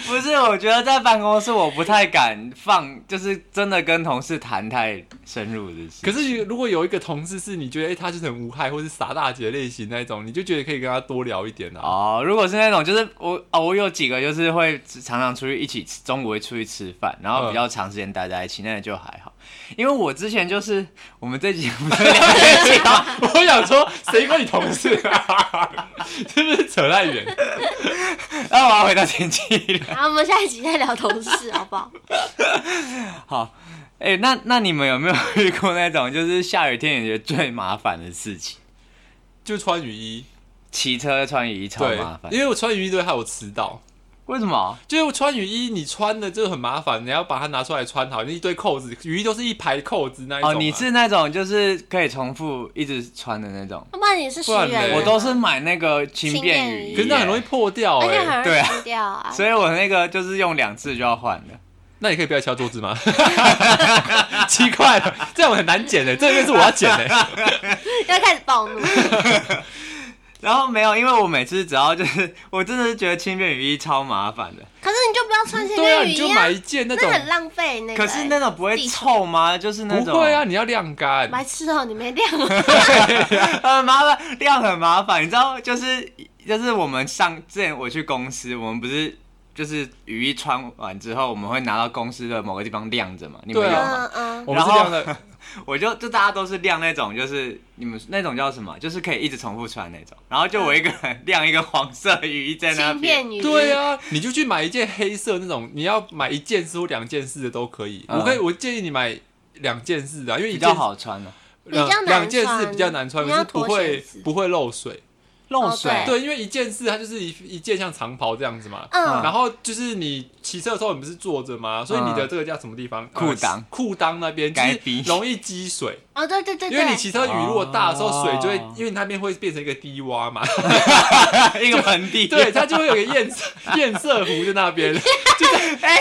Speaker 2: 不是，我觉得在办公室我不太敢放，就是真的跟同事谈太深入的事。
Speaker 4: 可是如果有一个同事是你觉得哎、他就是很无害或是傻大姐类型那一种，你就觉得可以跟他多聊一点啊。
Speaker 2: 哦，如果是那种就是我哦，我有几个就是会常常出去一起吃，中午会出去吃饭，然
Speaker 4: 嗯
Speaker 2: 后比较长时间待在一起，那个就还好。因为我之前就是我们这几不是聊这集吗
Speaker 4: *laughs* 我想说，谁跟你同事啊？ *laughs* 是不是扯太远？
Speaker 2: 然 *laughs* 后我要回到前妻了。
Speaker 1: 然后我们下一集再聊同事，好不好？
Speaker 2: 好，哎、那那你们有没有遇过那种就是下雨天也觉得最麻烦的事情？
Speaker 4: 就穿雨衣，
Speaker 2: 骑车穿雨衣超
Speaker 4: 对
Speaker 2: 麻，烦
Speaker 4: 因，为我穿雨衣都会害我迟到。
Speaker 2: 为什么？
Speaker 4: 就是我穿雨衣，你穿的就很麻烦，你要把它拿出来穿好，那一堆扣子，雨衣都是一排扣子那一种、
Speaker 2: 哦，
Speaker 4: 啊。
Speaker 2: 你是那种就是可以重复一直穿的那种。
Speaker 1: 要不然你是十元
Speaker 4: 不然
Speaker 1: 人
Speaker 4: 嘞
Speaker 1: 啊，
Speaker 2: 我都是买那个轻便雨衣耶，啊
Speaker 4: 可是那很容易破掉
Speaker 1: 而
Speaker 4: 哎、
Speaker 1: 且很容
Speaker 2: 对
Speaker 1: 易
Speaker 2: 啊
Speaker 1: 删掉啊。
Speaker 2: 所以我那个就是用两次就要换的。
Speaker 4: 那你可以不要敲桌子吗？ *laughs* 奇怪了，这样我很难剪哎、这个是我要剪哎、
Speaker 1: 要开始暴怒，
Speaker 2: 然后没有，因为我每次只要就是， *laughs* 我真的是觉得轻便雨衣超麻烦的。
Speaker 1: 可是 *laughs* 你就不要穿现
Speaker 4: 对啊，
Speaker 1: 在雨
Speaker 4: 你就
Speaker 1: 衣
Speaker 4: 买
Speaker 1: 啊，
Speaker 4: 一件那种
Speaker 1: 那很浪费那个
Speaker 2: 可
Speaker 1: 欸。
Speaker 2: 是那种不会臭吗？就是那种
Speaker 4: 不会啊，，你要晾干。
Speaker 1: 白痴哦，你没亮啊，
Speaker 4: *laughs*
Speaker 2: 很麻烦，量很麻烦。你知道，就是就是我们上之前我去公司，我们不是就是雨衣穿完之后，我们会拿到公司的某个地方晾着嘛？你们有
Speaker 4: 对啊
Speaker 2: 吗？
Speaker 1: 嗯嗯，
Speaker 4: 我们是
Speaker 2: 然后
Speaker 4: 晾的，
Speaker 2: 我就就大家都是晾那种，就是你们那种叫什么？就是可以一直重复穿那种。然后就我一个人晾一个黄色雨衣在那
Speaker 1: 芯
Speaker 2: 边。
Speaker 1: 片女，
Speaker 4: *laughs* 对，啊，你就去买一件黑色那种，你要买一件式或两件式的都可以。
Speaker 2: 嗯
Speaker 4: 我可以，我建议你买两件式的啊，因为一
Speaker 2: 比
Speaker 4: 件
Speaker 2: 较，好穿哦、
Speaker 1: 比较
Speaker 4: 呃
Speaker 1: 难
Speaker 4: 两件式
Speaker 1: 穿
Speaker 4: 比较难穿，
Speaker 1: 你
Speaker 4: 可是
Speaker 1: 要
Speaker 4: 不
Speaker 1: 脱
Speaker 4: 会
Speaker 1: 鞋子
Speaker 4: 不会漏水。
Speaker 2: 漏
Speaker 1: 哦
Speaker 2: 水、
Speaker 1: 对
Speaker 4: 对，因为一件式它就是一一件像长袍这样子嘛。
Speaker 1: 嗯，
Speaker 4: 然后就是你骑车的时候，你不是坐着吗？所以你的这个叫什么地方？
Speaker 2: 裤
Speaker 4: 呃
Speaker 2: 裆
Speaker 4: 裤裆那边就
Speaker 2: 该
Speaker 4: 是
Speaker 2: 逼
Speaker 4: 容易积水，
Speaker 1: 哦对对对
Speaker 4: 因为你
Speaker 1: 对，
Speaker 4: 骑车雨如果大的时候，水就会
Speaker 2: 哦，
Speaker 4: 因为那边会变成一个低洼嘛。
Speaker 2: 一个盆地。
Speaker 4: 对，它就会有个堰塞堰塞湖在那边，
Speaker 1: *laughs* 哎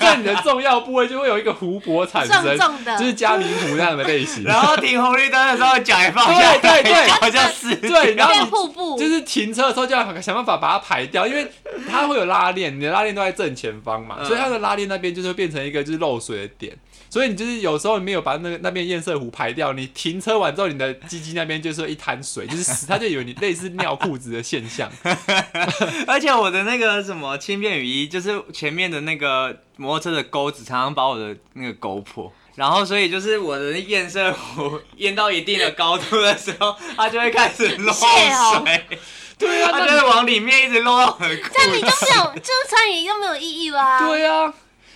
Speaker 4: 在你的重要部位就会有一个湖泊产生，
Speaker 1: 重重的
Speaker 4: 就是加明湖那样的
Speaker 1: *laughs*
Speaker 4: 类型。
Speaker 2: 然后停红绿灯的时候脚也放下来，
Speaker 4: 对对
Speaker 2: 脚
Speaker 4: 对
Speaker 2: 就死掉
Speaker 4: 对，然后
Speaker 1: 变
Speaker 4: 你
Speaker 1: 瀑布，
Speaker 4: 就是停车的时候就要想办法把它排掉，因为它会有拉链，你的拉链都在正前方嘛，
Speaker 2: 嗯
Speaker 4: 所以它的拉链那边就是会变成一个就是漏水的点，所以你就是有时候你没有把那个那边堰塞湖排掉，你停车完之后，你的鸡鸡那边就是会一滩水，就是死，它就以为你类似尿裤子的现象，
Speaker 2: *laughs* 而且我的那个什么轻便雨衣，就是前面的那个摩托车的钩子，常常把我的那个勾破。然后，所以就是我的堰塞湖 *laughs* 淹到一定的高度的时候，它就会开始漏
Speaker 4: *laughs*
Speaker 1: 泄洪
Speaker 2: 水，
Speaker 4: 对
Speaker 2: *laughs*
Speaker 4: 啊，
Speaker 2: 它就
Speaker 4: 那
Speaker 2: 会往里面一直漏到很
Speaker 1: 这样你就没有，就是穿也就没有意义啦。
Speaker 4: 对啊。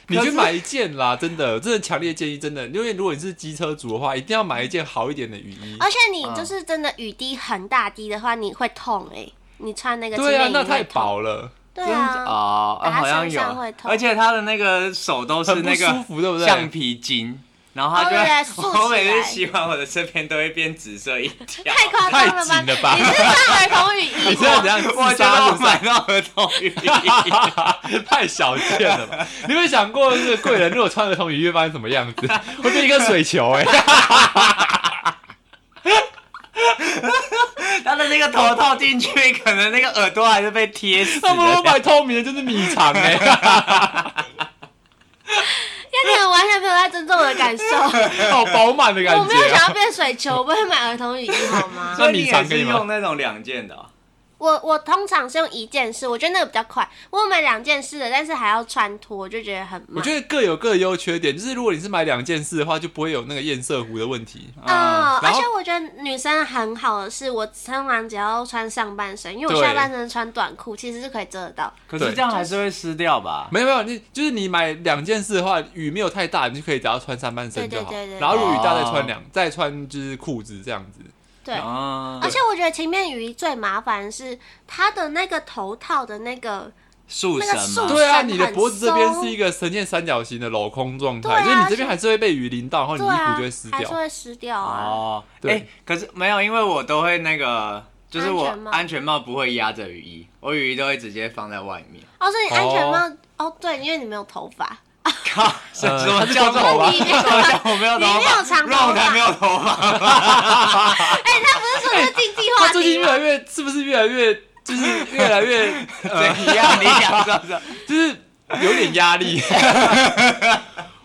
Speaker 4: 你
Speaker 2: 可
Speaker 4: 去
Speaker 2: 是
Speaker 4: 买一件啦，真的，真的强烈建议，真的，因为如果你是机车族的话，一定要买一件好一点的雨衣。
Speaker 1: 而且你
Speaker 4: 嗯
Speaker 1: 就是真的雨滴很大滴的话，你会痛哎、你穿那个
Speaker 4: 对啊
Speaker 1: 轻便，衣
Speaker 4: 那
Speaker 1: 会
Speaker 4: 太
Speaker 1: 痛，
Speaker 4: 薄了，
Speaker 1: 对
Speaker 2: 真的
Speaker 1: 啊，
Speaker 2: 哦，啊
Speaker 1: 打
Speaker 2: 好像
Speaker 1: 身上会
Speaker 2: 有，
Speaker 1: 痛
Speaker 2: 而且他的那个手都是
Speaker 4: 很不
Speaker 2: 那
Speaker 4: 舒
Speaker 2: 个
Speaker 4: 服，对不对？啊
Speaker 2: 橡皮筋，然后他就
Speaker 1: 哦对
Speaker 2: 会
Speaker 1: 竖，起来
Speaker 2: 我每次洗完我的这边都会变紫色一条。
Speaker 1: 太夸张了吧？
Speaker 4: 太紧了吧 *laughs*
Speaker 1: 你是穿儿童雨
Speaker 4: 你
Speaker 1: 衣
Speaker 4: 这样
Speaker 1: 吗
Speaker 4: 怎？样自
Speaker 2: 我觉
Speaker 4: 杀
Speaker 2: 得
Speaker 4: 是
Speaker 2: 我
Speaker 4: 不是
Speaker 2: 买到儿童雨衣，
Speaker 4: 太小见了吧？你有没有想过，这个贵人如果穿儿童雨衣会发生什么样
Speaker 1: *laughs*
Speaker 4: 子？会变一个水球哎、
Speaker 2: 他的那个头套进去，可能那个耳朵还是被贴死的。
Speaker 4: 他们如果买透明的，就是米
Speaker 1: *laughs*
Speaker 4: 肠哎、
Speaker 1: 但你们完全没有哦在尊重我的感受。
Speaker 4: 好饱满的感
Speaker 1: 我没有
Speaker 4: 觉、
Speaker 1: 想要
Speaker 4: 啊。
Speaker 1: 变水球，我不会买儿童雨衣好吗？
Speaker 2: 所以你
Speaker 4: 那米肠
Speaker 2: 也
Speaker 4: 可以
Speaker 2: 是
Speaker 4: 吗
Speaker 2: 用那种两件的哦、
Speaker 1: 我我通常是用一件式，我觉得那个比较快。我有买两件式的，但是还要穿脱，我就觉得很慢。
Speaker 4: 我觉得各有各的优缺点，就是如果你是买两件事的话，就不会有那个艳色湖的问题。
Speaker 1: 嗯，
Speaker 4: 呃然
Speaker 1: 而
Speaker 4: 后
Speaker 1: 且我觉得女生很好的是，我通常只要穿上半身，因为我
Speaker 4: 对
Speaker 1: 下半身穿短裤其实是可以遮得到。
Speaker 2: 可
Speaker 4: 对
Speaker 2: 是这样还是会湿掉吧？
Speaker 4: 没有没有，你就是你买两件事的话，雨没有太大，你就可以只要穿上半身就好。
Speaker 1: 对对对对
Speaker 4: 然后如果雨大，
Speaker 2: 哦
Speaker 4: 再穿两，再穿就是裤子这样子。
Speaker 1: 对，
Speaker 2: 啊
Speaker 1: 而且我觉得情面雨衣最麻烦的是它的那个头套的那个，
Speaker 2: 束
Speaker 1: 那个
Speaker 2: 绳
Speaker 1: 束
Speaker 2: 嘛，
Speaker 4: 对啊，
Speaker 1: 很
Speaker 4: 你的脖子这边
Speaker 1: 松
Speaker 4: 是一个呈现三角形的镂空状态，
Speaker 1: 对啊
Speaker 4: 就是你这边还是会被雨淋到，然后你
Speaker 1: 对
Speaker 4: 衣服
Speaker 1: 啊
Speaker 4: 就会湿，
Speaker 1: 还
Speaker 4: 掉
Speaker 1: 是。会湿掉啊。
Speaker 2: 哦，哎、
Speaker 4: 对
Speaker 2: 可是没有，因为我都会那个，就是我
Speaker 1: 安全帽
Speaker 2: 安全帽不会压着雨衣，我雨衣都会直接放在外面。
Speaker 1: 哦，所以你安全帽，哦，对，因为你没有头发，哎
Speaker 2: 靠，什
Speaker 4: 呃
Speaker 2: 么
Speaker 4: 他是
Speaker 2: 叫做
Speaker 4: 光 *laughs*
Speaker 1: *laughs*
Speaker 4: 头吧
Speaker 2: 什么叫我没有
Speaker 1: 你
Speaker 2: 头
Speaker 1: 没有
Speaker 2: 发？
Speaker 1: 长头
Speaker 2: 让我才
Speaker 1: 发
Speaker 2: 没有头发，
Speaker 1: 哎，他不是说是禁忌话
Speaker 4: 哎他最近
Speaker 1: 题
Speaker 4: 越来
Speaker 1: 吗？
Speaker 4: 越是不是越来越就是 *laughs* 越来越
Speaker 2: 怎样？你想说什么？
Speaker 4: 就是有点
Speaker 1: *laughs*
Speaker 4: 压力？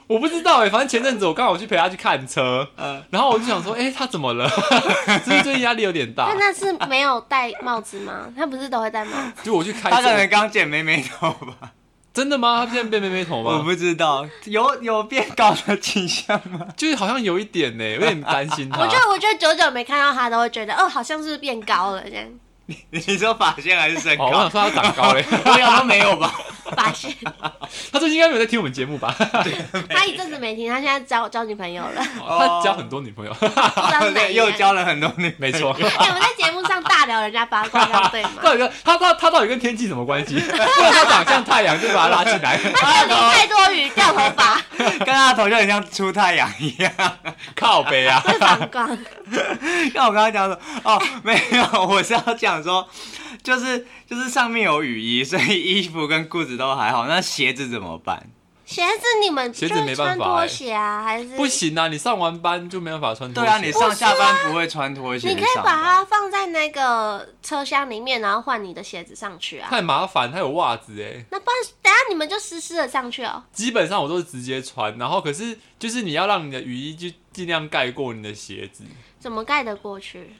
Speaker 4: 我不知道哎、反正前阵子我刚好去陪他去看车，
Speaker 2: 嗯
Speaker 4: 然后我就想说，哎、他怎么了？ *laughs* 是不是最近压力有点大
Speaker 1: 但？那是没有戴帽子吗？他不是都会戴帽子？
Speaker 4: 就我去开
Speaker 2: 他可能
Speaker 4: 车，
Speaker 2: 刚剪妹妹头吧，
Speaker 4: 真的吗？他现在变妹妹头
Speaker 2: 我
Speaker 4: 吗？
Speaker 2: 不知道，有有变高的倾向吗？
Speaker 4: 就是好像有一点呢、有点担心
Speaker 1: *laughs*
Speaker 4: 他。
Speaker 1: 我觉得，我觉得久久没看到他，都会觉得，哦，好像是不是变高了这样？
Speaker 2: *laughs* 你说发线还是身
Speaker 4: 哦，我
Speaker 2: 高？
Speaker 4: 想说他长高嘞， *laughs*
Speaker 2: 我想说 *laughs* 没有吧，
Speaker 1: 发现
Speaker 4: 他最近应该没有在听我们节目吧？
Speaker 1: 他一阵子没听，他现在交交女朋友
Speaker 4: *laughs*
Speaker 1: 了，
Speaker 2: 哦
Speaker 4: 他交很多女朋友， *laughs*
Speaker 1: 不知道是哪一
Speaker 2: *laughs* 对，
Speaker 1: 个
Speaker 2: 又交了很多女， *laughs*
Speaker 4: 没错。
Speaker 1: 哎、我们在节目上大聊人家八卦，哦这样对吗？
Speaker 4: *laughs* 到底跟他他他到底跟天气什么关系？不然他长像太阳就把他拉进来， *laughs*
Speaker 1: 他淋太多雨掉头发
Speaker 2: 跟他的头就很像出太阳一样。 *laughs*
Speaker 4: 靠北啊！
Speaker 1: 会反光，
Speaker 2: 那我刚刚讲什么？哦，没有，我是要讲说，就是就是上面有雨衣，所以衣服跟裤子都还好，那鞋子怎么办？
Speaker 1: 鞋子你们就
Speaker 4: 鞋子没
Speaker 1: 是
Speaker 4: 办
Speaker 1: 穿
Speaker 4: 法哎
Speaker 1: 拖鞋啊，还是
Speaker 4: 不？行啊，你上完班就没办法穿拖
Speaker 2: 对
Speaker 4: 鞋。
Speaker 2: 啊，你上下班不会穿拖鞋
Speaker 1: 你
Speaker 2: 去
Speaker 1: 可以
Speaker 2: 上
Speaker 1: 把
Speaker 2: 班。
Speaker 1: 它放在那个车厢里面，然后换你的鞋子上去
Speaker 4: *laughs*
Speaker 1: 啊。
Speaker 4: 太麻烦，它有袜子哎。
Speaker 1: 那不然等下你们就湿湿的上去哦。
Speaker 4: 基本上我都是直接穿，然后可是就是你要让你的雨衣就尽量盖过你的鞋子
Speaker 1: 怎么盖得过去？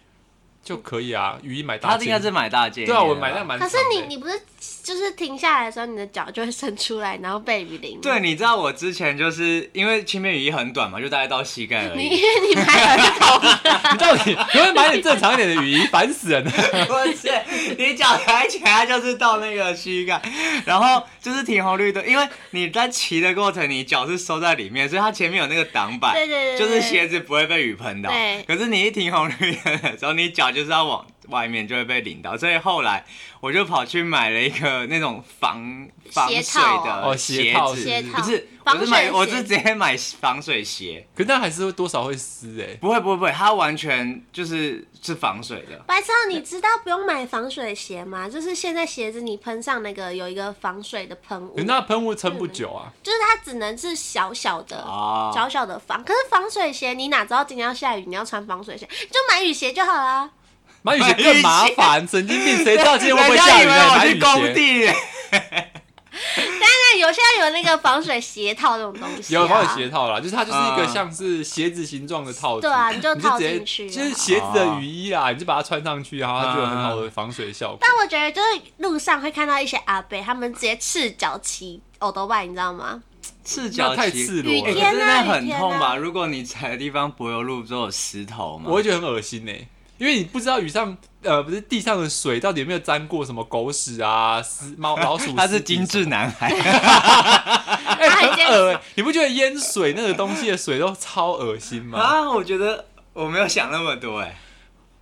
Speaker 4: 就可以啊。雨衣买大
Speaker 2: 他
Speaker 4: 件，
Speaker 2: 应该是买大件一
Speaker 4: 对
Speaker 2: 点的吧。
Speaker 4: 啊，我买那个蛮
Speaker 1: 可
Speaker 4: 长
Speaker 1: 是
Speaker 4: 的欸。
Speaker 1: 你你不是就是停下来的时候，你的脚就会伸出来，然后被雨淋吗。
Speaker 2: 对，你知道我之前就是因为轻便雨衣很短嘛，就大概到膝盖而
Speaker 1: 你
Speaker 2: 已。啊
Speaker 1: 因 *laughs* 为你买儿童
Speaker 4: 你到底可不可以买点正常一点的雨衣？烦
Speaker 1: *laughs*
Speaker 4: 死人了！
Speaker 2: *laughs* 不是，你脚抬起来就是到那个膝盖，然后就是停红绿灯，因为你在骑的过程，你脚是收在里面，所以它前面有那个挡板，
Speaker 1: 对对对对
Speaker 2: 就是鞋子不会被雨喷到
Speaker 1: 对。
Speaker 2: 可是你一停红绿灯的时候，你脚就是要往外面就会被淋到，所以后来我就跑去买了一个那种防防
Speaker 1: 鞋
Speaker 2: 水
Speaker 1: 套
Speaker 2: 的
Speaker 4: 哦
Speaker 2: 鞋
Speaker 4: 鞋套
Speaker 2: 子，
Speaker 1: 鞋套
Speaker 2: 不是，
Speaker 1: 防
Speaker 2: 我是买
Speaker 1: 水
Speaker 2: 我
Speaker 1: 鞋
Speaker 2: 是直接买防水鞋，
Speaker 4: 可是那还是会多少会湿哎、
Speaker 2: 不会不会不会，它完全就是是防水的。
Speaker 1: 白超，你知道不用买防水鞋吗？就是现在鞋子你喷上那个有一个防水的喷雾
Speaker 4: 可，是那喷雾撑不久
Speaker 1: *laughs*
Speaker 4: 啊，
Speaker 1: 就是它只能是小小的、
Speaker 2: 哦
Speaker 1: 小小的防。可是防水鞋你哪知道今天要下雨，你要穿防水鞋，你就买雨鞋就好啦。
Speaker 4: 买雨鞋更麻烦，神经病，谁知道今天会不会
Speaker 2: 人
Speaker 4: 下
Speaker 2: 家
Speaker 4: 雨
Speaker 2: 以为
Speaker 4: 呢？
Speaker 2: 我
Speaker 4: 买
Speaker 2: 去
Speaker 4: 雨
Speaker 2: 工
Speaker 1: *laughs*
Speaker 4: 鞋。
Speaker 2: 地，
Speaker 1: 那有现在有那个防水鞋套这种东西、啊，
Speaker 4: 有防水鞋套啦，就是它就是一个
Speaker 2: 嗯
Speaker 4: 像是鞋子形状的套子，
Speaker 1: 对啊你就啊
Speaker 4: 你
Speaker 1: 套
Speaker 4: 直接
Speaker 1: 进去
Speaker 4: 就是鞋子的雨衣啦，你就把它穿上去，然后它就有很好的防水效果。
Speaker 1: 但我觉得就是路上会看到一些阿伯，他们直接赤脚骑欧多拜，你知道吗？
Speaker 2: 赤脚
Speaker 4: 那太
Speaker 2: 骑
Speaker 4: 赤
Speaker 1: 雨
Speaker 4: 裸
Speaker 2: 欸、
Speaker 4: 了，
Speaker 1: 天
Speaker 2: 可是那
Speaker 1: 啊
Speaker 2: 很
Speaker 1: 雨天
Speaker 2: 痛
Speaker 1: 啊
Speaker 2: 吧？如果你踩的地方柏油路都有石头嘛，，
Speaker 4: 我会觉得很恶心呢、因为你不知道雨上呃不是地上的水到底有没有沾过什么狗屎啊、丝猫
Speaker 1: *laughs*
Speaker 4: 老鼠
Speaker 2: 他是
Speaker 4: 金
Speaker 2: 精致男孩，
Speaker 4: 哎、
Speaker 1: 还
Speaker 4: 很恶、欸， *laughs* 你不觉得淹水那个东西的水都超恶心吗？
Speaker 2: 啊，我觉得我没有想那么多哎、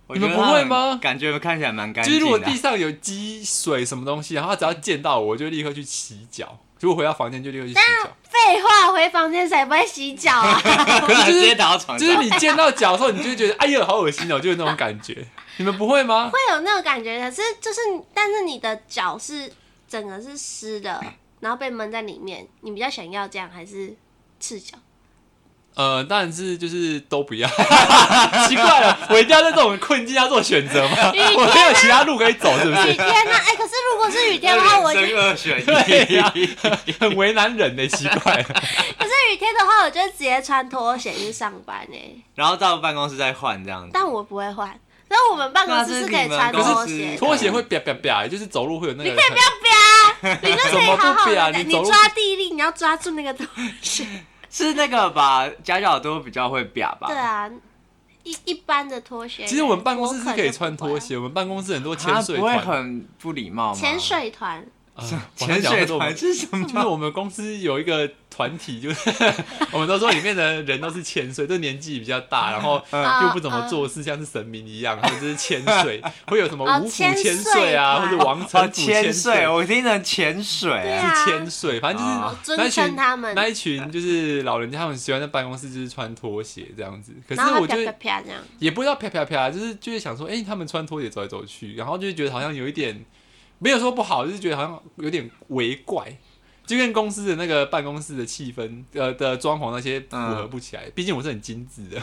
Speaker 2: 我
Speaker 4: 你们
Speaker 2: 觉得
Speaker 4: 不会
Speaker 2: 他们
Speaker 4: 吗
Speaker 2: 感觉看起来蛮干
Speaker 4: 就
Speaker 2: 净
Speaker 4: 是
Speaker 2: 的。
Speaker 4: 如果
Speaker 2: *laughs*
Speaker 4: 地上有积水什么东西，然后它只要溅到我，我就立刻去洗脚。如果回到房间就立刻去洗脚，
Speaker 1: 废话，回房间谁不会洗脚啊？
Speaker 4: 可是就
Speaker 2: 直接
Speaker 4: 是
Speaker 2: 倒到床上，
Speaker 4: 就是你溅到脚的时候，你就会觉得哎呦好恶心哦，就是那种感觉。 *laughs* 你们不会吗？
Speaker 1: 会有那种感觉，可是就是，但是你的脚是整个是湿的，然后被闷在里面，你比较想要这样还是赤 *laughs* 脚？
Speaker 4: 呃，当然是就是都不要，奇怪了，我一定要在这种困境下做选择
Speaker 1: *laughs*
Speaker 4: 吗？
Speaker 1: 雨天啊
Speaker 4: 我没有其他路可以走，是不
Speaker 1: 雨
Speaker 4: 是？
Speaker 1: 天呢、哎、可是如果是雨天的话，我就
Speaker 2: 人生 *laughs* 二选
Speaker 4: *laughs*
Speaker 1: *laughs*
Speaker 4: 对呀
Speaker 2: 一。
Speaker 4: 很为难人呢、奇怪了。
Speaker 1: 可是雨天的话，我就直接穿拖鞋去上班哎、
Speaker 2: 然后到办公室再换这样子。
Speaker 1: 但我不会换，但我们办公室可以穿拖鞋的， *laughs*
Speaker 4: 拖鞋会啪啪啪，就是走路会有那个。
Speaker 1: 你可以不要不要，你就可以好好
Speaker 4: 怎么不
Speaker 1: 的，
Speaker 4: 表
Speaker 1: 啊你
Speaker 4: 你走路
Speaker 1: 抓地力，你要抓住那个东西。
Speaker 2: 是那个吧，夹脚都比较会表吧。
Speaker 1: 对。啊，一一般的拖鞋。
Speaker 4: 其实我们办公室是可以穿
Speaker 1: 我
Speaker 4: 拖
Speaker 1: 可能不会。啊
Speaker 4: 鞋，我们办公室很多
Speaker 2: 他
Speaker 4: 潜水
Speaker 2: 啊不会
Speaker 4: 团，
Speaker 2: 很不礼貌吗？
Speaker 1: 潜水团，
Speaker 4: 啊我还
Speaker 2: 潜
Speaker 4: 想
Speaker 2: 水
Speaker 4: 说我们
Speaker 2: 团是什么？
Speaker 4: 就是我们公司有一个团体，就是 *laughs* 我们都说里面的人都是潜水，都年纪比较大，然后
Speaker 1: 嗯
Speaker 4: 又不怎么做事，像是神明一样，或者是潜
Speaker 2: *laughs*
Speaker 4: 水，会有什么
Speaker 1: 哦
Speaker 4: 五虎
Speaker 1: 潜
Speaker 4: 潜水啊，
Speaker 1: 水
Speaker 4: 或
Speaker 1: 团
Speaker 4: 者王
Speaker 2: 哦，
Speaker 4: 城府
Speaker 2: 潜水，
Speaker 4: 水。
Speaker 2: 我听成潜水
Speaker 1: 对
Speaker 2: 啊。
Speaker 1: 啊
Speaker 4: 是潜水，反正
Speaker 2: 哦
Speaker 4: 就是那
Speaker 1: 尊
Speaker 4: 一群
Speaker 1: 称他们
Speaker 4: 那一群就是老人家，他们喜欢在办公室就是穿拖鞋这样子。可是
Speaker 1: 然后
Speaker 4: 我
Speaker 1: 他
Speaker 4: 觉
Speaker 1: 啪啪
Speaker 4: 得
Speaker 1: 啪
Speaker 4: *laughs*
Speaker 1: 这样，
Speaker 4: 也不知道啪啪啪，就是就是想说，哎、他们穿拖鞋走来走去，然后就觉得好像有一点，没有说不好，就是觉得好像有点为怪，就跟公司的那个办公室的气氛，呃的装潢那些符合不起来。毕、竟我是很精致的，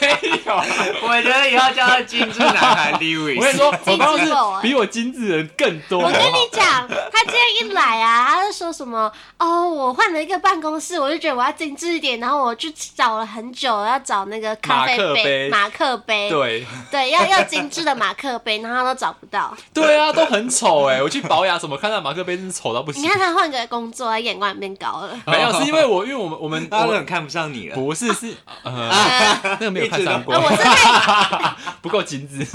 Speaker 4: 没 *laughs* 有啊，
Speaker 2: 我觉得以后叫他精致男孩 Louis。
Speaker 4: 我跟你说，我办公
Speaker 1: 精
Speaker 4: 室
Speaker 1: 致狗欸
Speaker 4: 比我精致的人更多。
Speaker 1: 我跟
Speaker 4: 好不好
Speaker 1: 你讲，他今天一来啊，他就说什么哦，我换了一个办公室，我就觉得我要精致一点，然后我去找了很久，要找那个咖啡杯、马
Speaker 4: 马
Speaker 1: 克杯，
Speaker 4: 对
Speaker 1: 对，要要精致的马克杯，然后他都找不
Speaker 4: *laughs*
Speaker 1: 到。
Speaker 4: 对啊，都很丑哎、我去保养什么，看到马克杯真是丑到不行
Speaker 1: 你。看他换个工作，他眼光也变高了。
Speaker 4: 没有，是因为我，因为我们我们
Speaker 2: 他
Speaker 4: 我
Speaker 2: 都
Speaker 4: 们
Speaker 2: 很看不上你了。
Speaker 4: *laughs* 不是是呃。
Speaker 1: 呃
Speaker 4: 那个没有看上过，
Speaker 1: 一直都
Speaker 4: *laughs* 不够精致。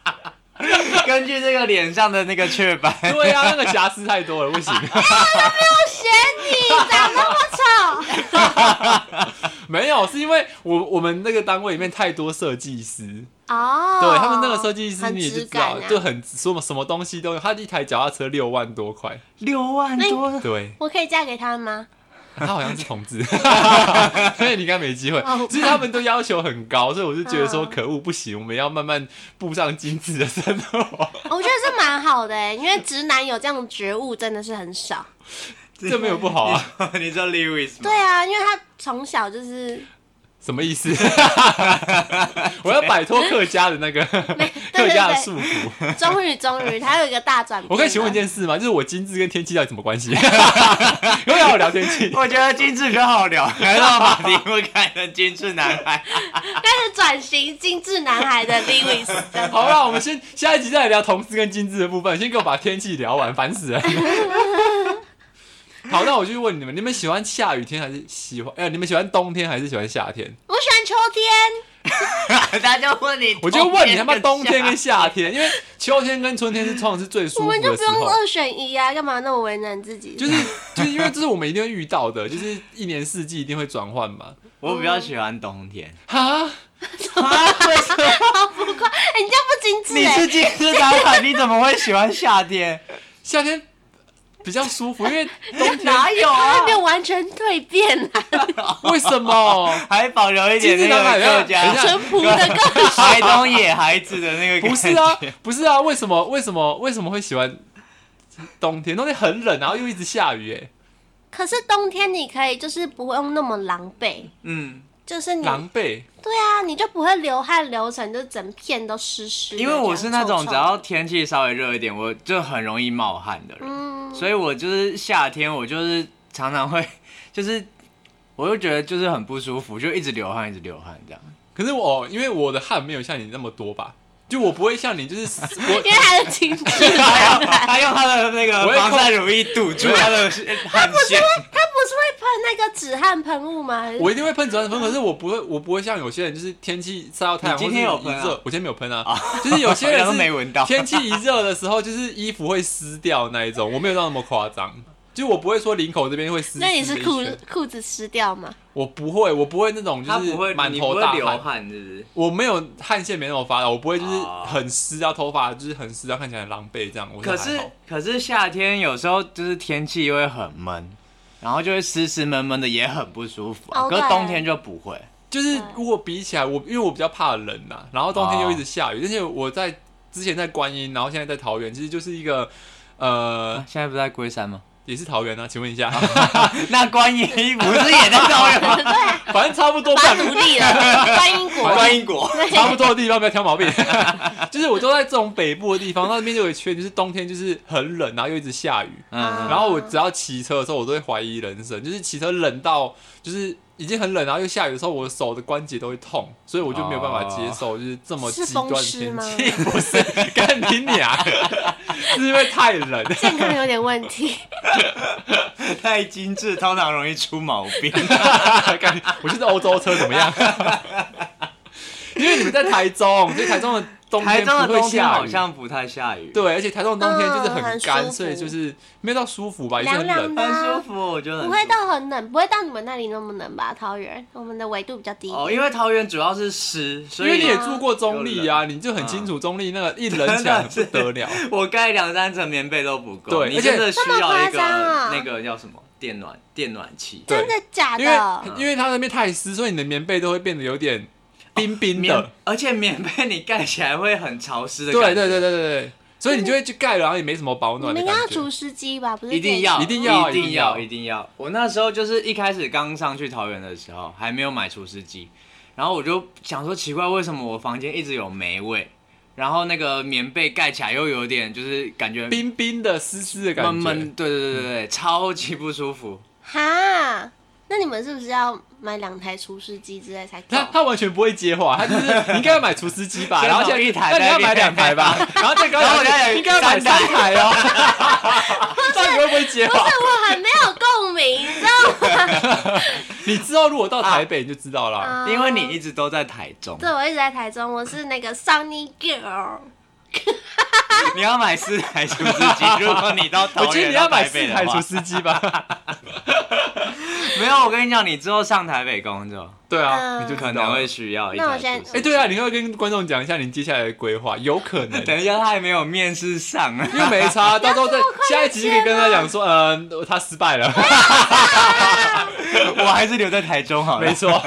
Speaker 4: *laughs*
Speaker 2: 根据这个脸上的那个雀斑，
Speaker 4: 对啊，那个瑕疵太多了，不行。
Speaker 1: 选你长那么丑，
Speaker 4: *laughs* 没有，是因为我我们那个单位里面太多设计师，
Speaker 1: 哦，
Speaker 4: *laughs* 对他们那个设计师
Speaker 1: 很
Speaker 4: 你也就
Speaker 1: 质
Speaker 4: 知道
Speaker 1: 感，啊
Speaker 4: 就很什么什么东西都有。他一台脚踏车六万多块，
Speaker 2: 六万多，
Speaker 4: 对 *laughs*
Speaker 1: 我可以嫁给他吗？
Speaker 4: 他好像是同志， *laughs* 所以你应该没机会
Speaker 1: 哦。
Speaker 4: 其实他们都要求很高，所以我就觉得说
Speaker 1: 嗯
Speaker 4: 可恶，不行，我们要慢慢步上精致的生活。
Speaker 1: *laughs* 我觉得是蛮好的、欸，因为直男有这样的觉悟真的是很少。
Speaker 4: 嗯这没有不好啊，
Speaker 2: 你 *laughs* 知道 Louis 吗
Speaker 1: 对？啊，因为他从小就是
Speaker 4: *laughs* 什么意 *laughs* 思？我要摆脱客家的那个 *laughs* 客家的束缚。
Speaker 1: 终于终于，他有一个大转变。
Speaker 4: *laughs* 我可以请问一，件事吗？就是我精致跟天气到底什么关系？ *laughs* 又要我聊天气？ *laughs*
Speaker 2: 我觉得精致比较好聊，还让我把题目改成精致男孩。
Speaker 1: 但是转型精致男孩的
Speaker 4: *laughs*
Speaker 1: Lewis，这样
Speaker 4: 好啦，我们先下一集再来聊同事跟精致的部分。先给我把天气聊完，烦死了。 *laughs* 好，那我就问你们，你们喜欢下雨天还是喜欢？哎、你们喜欢冬天还是喜欢夏天？
Speaker 1: 我喜欢秋天，
Speaker 2: 他就问你，
Speaker 4: 我就问你他妈冬天跟夏天，因为秋天跟春天是通常是最
Speaker 1: 我
Speaker 4: 舒服
Speaker 1: 们就不
Speaker 4: 的时
Speaker 1: 用
Speaker 4: 候。
Speaker 1: 二选一啊，干嘛那么为难自己？
Speaker 4: 就是就是因为这是我们一定会遇到的，就是一年四季一定会转换嘛。
Speaker 2: 我比较喜欢冬天，
Speaker 4: 哈，
Speaker 2: *laughs* 啊，为什么？
Speaker 1: *laughs* 好不快，哎你这样不精致
Speaker 2: 你
Speaker 1: 哎、
Speaker 2: 是金丝打卡，你怎么会喜欢夏天？
Speaker 4: 夏天比较舒服，因为冬天
Speaker 2: 哪有
Speaker 1: 他
Speaker 2: 啊
Speaker 1: 还没？有完全蜕变啊，
Speaker 4: *laughs* 为什
Speaker 2: *laughs*
Speaker 4: 么？
Speaker 2: 还保留一点那个客家
Speaker 4: 金丝打卡
Speaker 1: 淳朴的个
Speaker 2: 台东野孩子的那个感觉。
Speaker 4: 不是啊，不是啊，为什么？为什么？为什么会喜欢冬天？冬天很冷，然后又一直下雨，哎，
Speaker 1: 可是冬天你可以就是不用那么狼狈，
Speaker 2: 嗯，
Speaker 1: 就是你
Speaker 4: 狼狈。
Speaker 1: 对啊，你就不会流汗流成就整片都湿湿的。
Speaker 2: 因为我是那种
Speaker 1: 这样臭
Speaker 2: 只要
Speaker 1: 臭的
Speaker 2: 天气稍微热一点，我就很容易冒汗的人。
Speaker 1: 嗯，
Speaker 2: 所以我就是夏天，我就是常常会， *laughs* 就是我就觉得就是很不舒服，就一直流汗，一直流汗
Speaker 1: *laughs*
Speaker 2: 这样。
Speaker 4: 可是我，哦因为我的汗没有像你那么多吧，就我不会像你，就是
Speaker 1: 因
Speaker 4: *laughs* 我
Speaker 1: 为他的精致，
Speaker 2: 他用他用他的那
Speaker 4: 我
Speaker 2: 个
Speaker 4: 会
Speaker 2: 防晒乳液堵住他的汗腺，
Speaker 1: 他不是会喷那个止汗喷雾吗？
Speaker 4: 我一定会喷紫外线喷，可是我不会，我不会像有些人，就是天气晒到太阳，
Speaker 2: 你今天有
Speaker 4: 或是
Speaker 2: 喷啊
Speaker 4: 一热，我今天没有喷啊，就是有些
Speaker 2: *laughs*
Speaker 4: 人
Speaker 2: 我刚刚
Speaker 4: 是
Speaker 2: 没闻到
Speaker 4: 天气一热的时候，就是衣服会湿掉那一种，我没有到那么夸张。就我不会说领口这边会湿，
Speaker 1: 那你是
Speaker 4: 湿的一
Speaker 1: 裤
Speaker 4: 圈
Speaker 1: 裤子湿掉吗？
Speaker 4: 我不会，我不会那种就是满头大汗，
Speaker 2: 汗，是不是？
Speaker 4: 我没有汗腺没那么发达，我不会就是
Speaker 2: 哦
Speaker 4: 很湿掉头发，就是很湿掉啊看起来很狼狈这样。我
Speaker 2: 可
Speaker 4: 还
Speaker 2: 是
Speaker 4: 好
Speaker 2: 可是夏天有时候就是天气又会很闷，然后就会湿湿闷闷的，也很不舒服、啊。
Speaker 1: 哦
Speaker 2: 可是
Speaker 1: 对
Speaker 2: 冬天就不会。
Speaker 4: 就是如果比起来，我因为我比较怕冷呐、然后冬天又一直下雨，而且我在之前在观音，然后现在在桃园，其实就是一个呃，
Speaker 2: 现在不在龟山吗？
Speaker 4: 也是桃园啊。请问一下， *laughs*
Speaker 2: 那观音不是也在桃园吗？
Speaker 4: 反正差不
Speaker 1: *laughs*
Speaker 4: 多
Speaker 1: 他
Speaker 4: 半
Speaker 1: 努力了，观音国，
Speaker 2: *laughs* 观音国。
Speaker 4: 差不多的地方，不要挑毛病。 *laughs* 就是我都在这种北部的地方，那边就有一缺点，就是冬天就是很冷，然后又一直下雨。
Speaker 2: 嗯，
Speaker 4: 然后我只要骑车的时候，我都会怀疑人生，就是骑车冷到就是已经很冷，然后又下雨的时候，我的手的关节都会痛，所以我就没有办法接
Speaker 2: 哦
Speaker 4: 受就是这么
Speaker 1: 是
Speaker 4: 极端的
Speaker 1: 风湿
Speaker 4: 天
Speaker 1: 吗
Speaker 4: 气。 *laughs* 不是，干你娘，是因为太冷。
Speaker 1: 健康有点问
Speaker 2: *laughs*
Speaker 1: 题。
Speaker 2: 太精致，通常容易出毛病。
Speaker 4: 干我就是欧洲车怎么样？因为你们在台中，所以台中的冬
Speaker 2: 台
Speaker 4: 天
Speaker 2: 中的
Speaker 4: 不会
Speaker 2: 冬天
Speaker 4: 下
Speaker 2: 好
Speaker 4: 雨。
Speaker 2: 像不太下雨，，
Speaker 4: 对，而且台中的冬天就是
Speaker 1: 嗯很
Speaker 4: 很
Speaker 1: 舒
Speaker 4: 干，
Speaker 1: 服
Speaker 4: 所以就是没有到舒服吧，也是很
Speaker 1: 凉
Speaker 4: 冷
Speaker 1: 凉。的
Speaker 2: 很舒服，我觉得很
Speaker 1: 不
Speaker 2: 舒
Speaker 1: 会
Speaker 2: 服
Speaker 1: 到很冷，不会到你们那里那么冷吧？桃园，我们的纬度比较低。
Speaker 2: 哦，因为桃园主要是湿，
Speaker 4: 因
Speaker 2: 所
Speaker 4: 为你也
Speaker 2: 以
Speaker 4: 住过中立啊，你就很清
Speaker 2: 嗯
Speaker 4: 楚中立那个一冷起
Speaker 2: 真的
Speaker 4: 来不
Speaker 2: 是
Speaker 4: 得
Speaker 2: *laughs*
Speaker 4: 了。
Speaker 2: 我盖两三层棉被都不够，
Speaker 4: 对
Speaker 2: 你
Speaker 4: 而且
Speaker 2: 真的需要
Speaker 1: 这
Speaker 2: 一个
Speaker 1: 么夸张啊
Speaker 2: 那个叫什么电暖电暖器。
Speaker 4: 对
Speaker 1: 真的假
Speaker 4: 因为
Speaker 1: 的？
Speaker 4: 因为它那边太湿，所以你的棉被都会变得有点冰冰的。
Speaker 2: 棉，而且棉被你盖起来会很潮湿的
Speaker 4: 对
Speaker 2: 感
Speaker 4: 对
Speaker 2: 觉。
Speaker 4: 对对对对，所以你就会去盖了，然后也没什么保
Speaker 1: 你
Speaker 4: 暖的
Speaker 1: 们
Speaker 4: 感
Speaker 1: 要
Speaker 4: 觉
Speaker 1: 除。湿机吧？不是
Speaker 2: 一定要，
Speaker 4: 一定要
Speaker 2: 一定要，
Speaker 4: 一
Speaker 2: 一定要！我那时候就是一开始刚上去桃园的时候，还没有买除湿机，然后我就想说奇怪，为什么我房间一直有霉味，然后那个棉被盖起来又有点就是感觉
Speaker 4: 冰冰的、湿湿的感觉，嗯
Speaker 2: 闷闷，对对对对对，超级不舒服。
Speaker 1: 哈？那你们是不是要买两台除湿机之类才够？
Speaker 4: 他他完全不会接话，他就是你应该要买除湿机吧， *laughs*
Speaker 2: 先
Speaker 4: 然后现
Speaker 2: 弄
Speaker 4: 在
Speaker 2: 一台
Speaker 4: 那你要买
Speaker 2: 再
Speaker 4: 两台 *laughs* 吧，然后再搞
Speaker 2: 然后我再
Speaker 4: 两
Speaker 2: 来
Speaker 4: 应该要买三台哦， *laughs* 到底会不会接话？
Speaker 1: 我很没有共鸣，你知道
Speaker 4: 你之后如果到台北你就知道了， *laughs*
Speaker 1: 吗？
Speaker 2: 因为你一直都在台中，
Speaker 1: 哦对我一直在台中，我是那个 Sunny Girl，
Speaker 2: 你要买四台除湿机。
Speaker 4: *laughs*
Speaker 2: 如果你到
Speaker 4: 我
Speaker 2: 桃
Speaker 4: 觉得
Speaker 2: 园
Speaker 4: 你要
Speaker 2: 到
Speaker 4: 买
Speaker 2: 台
Speaker 4: 四
Speaker 2: 北的
Speaker 4: 啊台
Speaker 2: 话
Speaker 4: 除，湿机吧，
Speaker 2: 没有，我跟你讲，你之后上台北工作，
Speaker 4: *laughs* 对啊，
Speaker 1: 嗯
Speaker 4: 你就知道
Speaker 2: 可
Speaker 4: 了
Speaker 2: 能会需要一
Speaker 1: 那我
Speaker 2: 台
Speaker 1: 现
Speaker 2: 除
Speaker 1: 在
Speaker 2: 湿
Speaker 4: 哎，对啊，你要跟观众讲一下你接下来的规划，有可能。
Speaker 2: 等一下，他还没有面试上
Speaker 1: *laughs*
Speaker 2: 啊。
Speaker 4: 因为没 *laughs* 差，到时候再下一集就可以跟他讲说，嗯、他失败 *laughs* 了，
Speaker 2: 我还是留在台中好了。
Speaker 4: 没 *laughs* 错。
Speaker 1: 哎、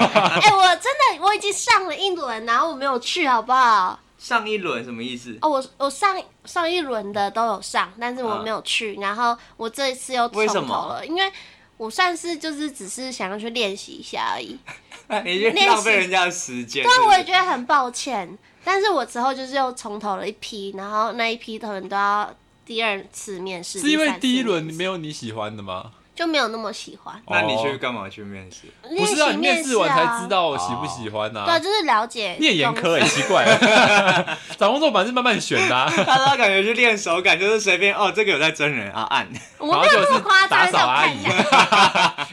Speaker 1: 我真的我已经上了一轮，然后我没有去，好不好？
Speaker 2: 上一轮什么意思？
Speaker 1: 哦，我我上上一轮的都有上，但是我没有去，然后我这一次又从
Speaker 2: 为什
Speaker 1: 头
Speaker 2: 么
Speaker 1: 了，因为我算是就是只是想要去练习一下而已，
Speaker 2: *laughs* 你就浪费人家的时间。
Speaker 1: 但我也
Speaker 2: 是
Speaker 1: 觉得很抱歉。但是我之后就是又从头了一批，然后那一批可能都要第二次面试，
Speaker 4: 是因为
Speaker 1: 三次
Speaker 4: 第一轮
Speaker 1: 面试
Speaker 4: 没有你喜欢的吗？
Speaker 1: 就没有那么喜欢。
Speaker 2: 不是那你去干嘛去面 *laughs* 试？
Speaker 4: 不是啊，
Speaker 1: 练习
Speaker 4: 你
Speaker 1: 面
Speaker 4: 面试完才知
Speaker 1: 啊。
Speaker 4: 道我喜不喜欢呐、
Speaker 1: 对啊，就是了解。
Speaker 4: 你也严苛，很奇怪、啊 *laughs* 找工作本来是慢慢选的、啊，
Speaker 2: 他他感觉去练手感，就是随便哦，这个有在真人啊，按
Speaker 1: *laughs* 我
Speaker 4: 然
Speaker 1: 没
Speaker 4: 后
Speaker 1: 有
Speaker 4: 就
Speaker 1: 那么
Speaker 4: 是
Speaker 1: 夸张，
Speaker 4: 打
Speaker 1: 是
Speaker 4: 扫
Speaker 1: 我
Speaker 4: 阿
Speaker 1: 看
Speaker 4: 姨
Speaker 1: 一下。，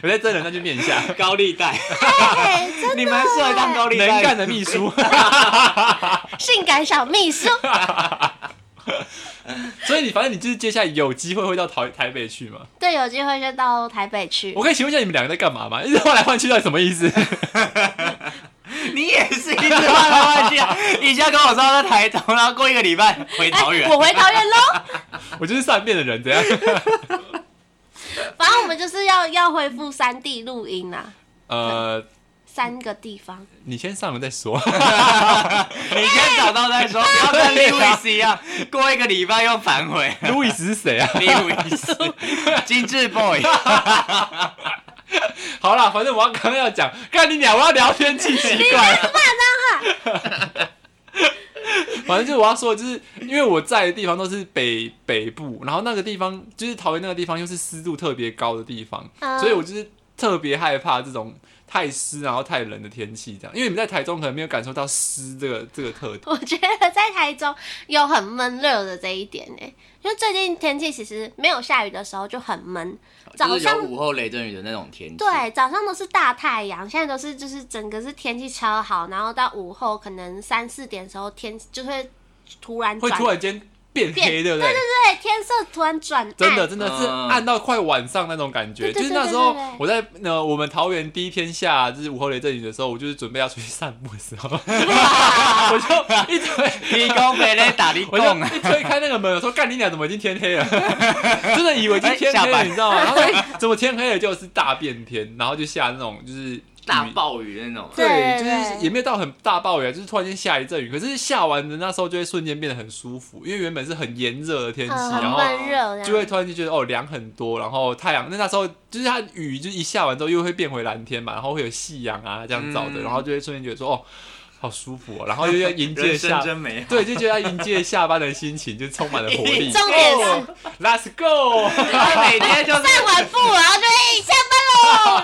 Speaker 4: 有在真人那就面一 *laughs* 下，
Speaker 2: 高利贷，
Speaker 1: 哎， *laughs* 真
Speaker 2: 你们适合当高利贷
Speaker 4: 能干的秘
Speaker 2: *laughs*
Speaker 4: 书。
Speaker 1: 性感小秘书，
Speaker 4: *laughs* 所以你反正你就是接下来有机会会到台台北去嘛。
Speaker 1: 对，有机会就到台北去。
Speaker 4: *laughs* 我可以请问一下你们两个在干嘛吗？一直换来换去到底什么意思？
Speaker 2: 你也是一直换来换去，一下一下跟我说在台中，然后过一个礼拜回桃园。
Speaker 1: 哎我回桃园喽。
Speaker 4: *laughs* 我就是善变的人，怎样？
Speaker 1: 反正我们就是要要恢复三地录音啦，
Speaker 4: 呃，
Speaker 1: 三个地方。
Speaker 4: 你先上了再说。 *laughs*
Speaker 2: 你先找到再说，不
Speaker 1: 哎
Speaker 2: 要跟 Louis 一样，过一个礼拜又反
Speaker 1: *laughs*
Speaker 2: 悔。
Speaker 4: 路易斯是谁啊？
Speaker 2: Louis，精致 boy，
Speaker 4: 好啦，反正我要刚刚要讲，看你俩我要聊天气奇怪。 *laughs* 反正就是我要说，的就是因为我在的地方都是北北部，然后那个地方就是桃园那个地方又是湿度特别高的地方，
Speaker 1: 嗯
Speaker 4: 所以我就是特别害怕这种太湿然后太冷的天气这样。因为你们在台中可能没有感受到湿这个这个特点。
Speaker 1: 我觉得在台中有很闷热的这一点呢、因为最近天气其实没有下雨的时候就很闷，
Speaker 2: *laughs*
Speaker 1: 早上
Speaker 2: 午后雷阵雨的那种天气。
Speaker 1: 对，早上都是大太阳，现在都是就是整个是天气超好，然后到午后可能三四点的时候天就会突然
Speaker 4: 会
Speaker 1: 转
Speaker 4: 突然间变黑，
Speaker 1: 变
Speaker 4: 对不对？
Speaker 1: 对天色突然转暗，
Speaker 4: 真的真的是
Speaker 2: 嗯
Speaker 4: 暗到快晚上那种感觉，
Speaker 1: 对对
Speaker 4: 就是
Speaker 1: 对
Speaker 4: 那
Speaker 1: 对
Speaker 4: 时候
Speaker 1: 对对
Speaker 4: 我在呃我们桃园第一天下就是午后雷阵雨的时候，我就是准备要出去散步的时
Speaker 1: *laughs*
Speaker 4: 候，我就一推
Speaker 2: 提供给你打地
Speaker 4: 我就
Speaker 2: 洞啊！
Speaker 4: 一推开那个门，我说干你俩怎么已经天黑
Speaker 1: *laughs*
Speaker 4: 了？真的以为已经天黑
Speaker 2: 哎下
Speaker 4: 了，
Speaker 2: 班
Speaker 4: 你知道吗？然后说怎么天黑了，就是大变天，然后就下那种就是雨
Speaker 2: 暴雨那种
Speaker 1: 对
Speaker 4: 对，
Speaker 1: 对
Speaker 4: 就是
Speaker 1: 对
Speaker 4: 也没有到很大暴雨啊，就是突然间下一阵雨，可是下完的那时候就会瞬间变得很舒服，因为原本是很炎热的天气，
Speaker 1: 嗯
Speaker 4: 然
Speaker 1: 很
Speaker 4: 后
Speaker 1: 闷热，
Speaker 4: 就会突然就觉得哦凉很多，然后太阳那那时候就是它雨就一下完之后又会变回蓝天嘛，然后会有夕阳啊这样照的，
Speaker 2: 嗯
Speaker 4: 然后就会瞬间觉得说哦好舒服哦，然后又要迎接
Speaker 2: 人生
Speaker 4: 下。
Speaker 2: 真美好。
Speaker 4: 对，就觉得要迎接下班的心情就充满了活力。
Speaker 1: *laughs*
Speaker 4: 哦
Speaker 1: 重点是
Speaker 4: Let's go！
Speaker 2: 他每天就是
Speaker 1: 散完步，然后就哎、下班喽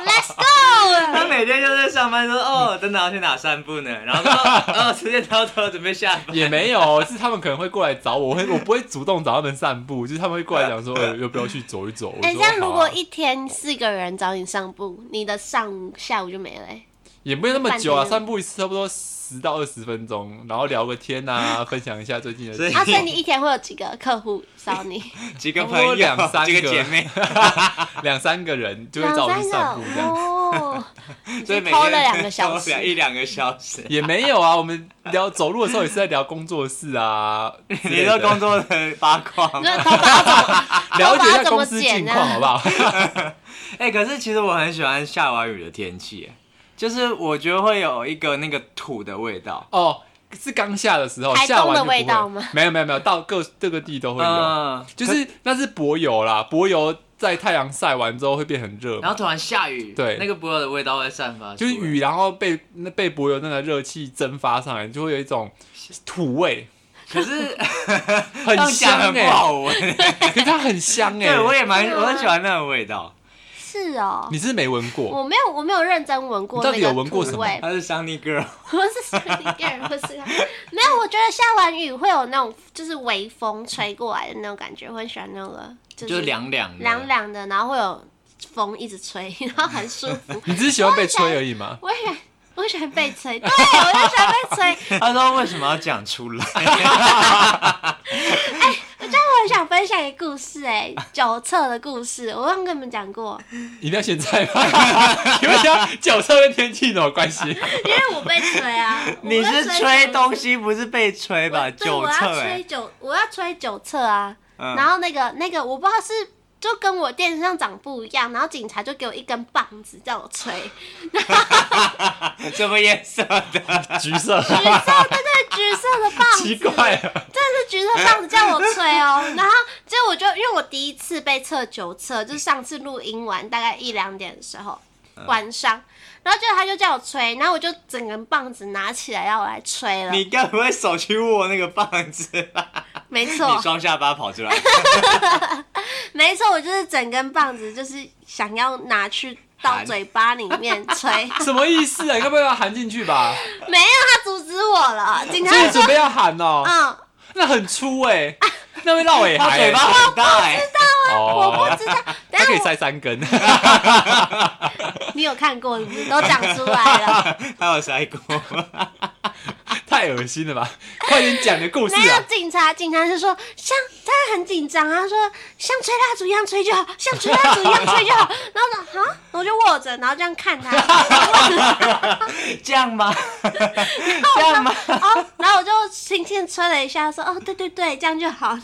Speaker 4: *laughs*
Speaker 1: ，Let's go！
Speaker 2: 他每天就是上班说哦，等等要去哪散步呢？然后说哦，时间到了，准备下班。
Speaker 4: 也没有，是他们可能会过来找我，我会我不会主动找他们散步，就是他们会过来
Speaker 1: *laughs*
Speaker 4: 讲说，呃要不要去走一走？我
Speaker 1: 哎、
Speaker 4: 说
Speaker 1: 这样如
Speaker 4: 好啊
Speaker 1: 果一天四个人找你上步，你的上午下午就没了、
Speaker 4: *laughs*
Speaker 1: 欸。
Speaker 4: 也没有那么久啊，
Speaker 1: 半天
Speaker 4: 散步一次差不多十到二十分钟，然后聊个天啊，分享一下最近的
Speaker 2: 所以
Speaker 1: 啊，所以你一天会有几个客户找你？
Speaker 2: 几个
Speaker 4: 差不
Speaker 2: 朋
Speaker 4: 多
Speaker 2: 友，
Speaker 4: 两三
Speaker 2: 几个
Speaker 4: 个
Speaker 2: 姐
Speaker 4: *laughs*
Speaker 2: 妹，
Speaker 4: 两三个人 *laughs* 就会
Speaker 1: 两
Speaker 4: 找我
Speaker 1: 三
Speaker 4: 去
Speaker 1: 个
Speaker 4: 散步这样。
Speaker 1: 哦，
Speaker 4: *laughs*
Speaker 2: 所以每天
Speaker 1: 偷了两个小时
Speaker 2: 偷了一两个小时。
Speaker 4: 也没有啊，我们聊走路的时候也是在聊工作室啊，之
Speaker 2: 你
Speaker 4: 类
Speaker 2: 说
Speaker 4: 的
Speaker 2: 工作的八卦吗
Speaker 1: 你说头发怎么？
Speaker 4: *laughs* 了解
Speaker 1: 头发
Speaker 4: 一下
Speaker 1: 怎么
Speaker 4: 公司近
Speaker 1: 剪啊
Speaker 4: 况好不好？
Speaker 2: 哎、可是其实我很喜欢下完雨的天气，哎就是我觉得会有一个那个土的味道。
Speaker 4: *laughs* 哦，是刚下的时候，
Speaker 1: 台
Speaker 4: 下
Speaker 1: 东
Speaker 4: 完
Speaker 1: 的
Speaker 4: 就不
Speaker 1: 味
Speaker 4: 会
Speaker 1: 道吗？
Speaker 4: 没有没有没有，到各各个地都会有，
Speaker 2: 嗯，
Speaker 4: 就是那是柏油啦，柏油在太阳晒完之后会变很热
Speaker 2: 然
Speaker 4: 嘛，
Speaker 2: 后突然下雨，
Speaker 4: 对
Speaker 2: 那个薄荷的味道会散发出
Speaker 4: 就
Speaker 2: 来，
Speaker 4: 是雨，然后被那被柏油那个热气蒸发上来，就会有一种土味，
Speaker 2: 可是
Speaker 4: *laughs* 很
Speaker 2: 这样
Speaker 4: 香
Speaker 2: 讲很不
Speaker 4: 哎、
Speaker 2: 好闻。
Speaker 4: 可是它很香哎、
Speaker 2: 对，我也蛮
Speaker 1: 是吗
Speaker 2: 我很喜欢那种味道，
Speaker 1: 是哦，
Speaker 4: 你是没闻过，
Speaker 1: 我没有，我没有认真闻过
Speaker 4: 你
Speaker 1: 那
Speaker 4: 到
Speaker 1: 个土味。 *laughs*
Speaker 4: 底有闻过什么
Speaker 2: 它是 Sunny Girl，
Speaker 1: 我是随便，我是没有。我觉得下完雨会有那种就是微风吹过来的那种感觉，我很喜欢那个，就
Speaker 2: 就是凉凉的
Speaker 1: 凉。凉的，然后会有风一直吹， *laughs* 然后很舒
Speaker 4: *laughs*
Speaker 1: 服。
Speaker 4: 你只是喜欢被吹而已嘛？
Speaker 1: 我喜欢，我喜欢被吹， *laughs* 对我就喜欢被吹。
Speaker 2: 他说为什么要讲出
Speaker 1: *laughs*
Speaker 2: 来？
Speaker 1: 我很想分享一个故事、哎，九册的故事，我忘跟你们讲过，
Speaker 4: 一定要现在吗？ *laughs* 你为什么脚上跟天气有什么关系？
Speaker 1: 因为我被吹啊。我被
Speaker 2: 你是吹东西，不是被吹吧？
Speaker 1: 我对，
Speaker 2: 九
Speaker 1: 我要
Speaker 2: 测
Speaker 1: 吹
Speaker 4: 欸
Speaker 2: 哎，
Speaker 1: 九，我要吹九册啊。
Speaker 2: 嗯
Speaker 1: 然后那个那个，我不知道是就跟我电视上长不一样，然后警察就给我一根棒子叫我
Speaker 2: *laughs*
Speaker 1: 吹，
Speaker 2: 什么颜色的？
Speaker 4: *laughs* 橘色，
Speaker 1: 橘色，对对，橘色的棒子，
Speaker 4: 奇怪啊！
Speaker 1: 真的是橘色棒子叫我吹哦。
Speaker 2: *laughs*
Speaker 1: 然后结果我就因为我第一次被测九测，就是上次录音完大概一两点的时候。
Speaker 2: 嗯
Speaker 1: 晚上，然后结果他就叫我吹，然后我就整根棒子拿起来要来吹了，
Speaker 2: 你该不会手去握那个棒子
Speaker 1: *laughs*
Speaker 2: 吧？
Speaker 1: 没错
Speaker 2: 你，双下巴跑出来，
Speaker 1: 没错，我就是整根棒子，就是想要拿去到
Speaker 2: 含
Speaker 1: 嘴巴里面吹， *laughs*
Speaker 4: 什么意思啊？你该不会要含进去吧？
Speaker 1: 没有，他阻止我了。警察
Speaker 4: 所以
Speaker 1: 就
Speaker 4: 准
Speaker 1: 说，
Speaker 4: 备要含哦、
Speaker 1: 嗯，
Speaker 4: 那很粗哎、那会绕尾
Speaker 2: 他
Speaker 4: 海、
Speaker 2: 嘴巴很大哎、
Speaker 1: 我
Speaker 4: 哦，
Speaker 1: 不知
Speaker 4: *laughs*
Speaker 1: 道。等
Speaker 4: 它可以
Speaker 1: 一下
Speaker 4: 塞三根， *laughs* *laughs*
Speaker 1: 我，你有看过是不是？都讲出来了。
Speaker 2: 他有塞过。
Speaker 4: 太太恶心了吧？快点讲你的故事
Speaker 1: 没有
Speaker 4: 啊！
Speaker 1: 警察，警察是说像他很紧张，他说像吹蜡烛一样吹就好，像吹蜡烛一样吹就
Speaker 4: *laughs*
Speaker 1: 好。然后我说哈，然后我就握着，然后这样看他，
Speaker 2: *laughs* 这样 *laughs* 吗？这样吗？
Speaker 1: 哦，然后我就轻轻吹了一下，说哦，对对对，这样就好了。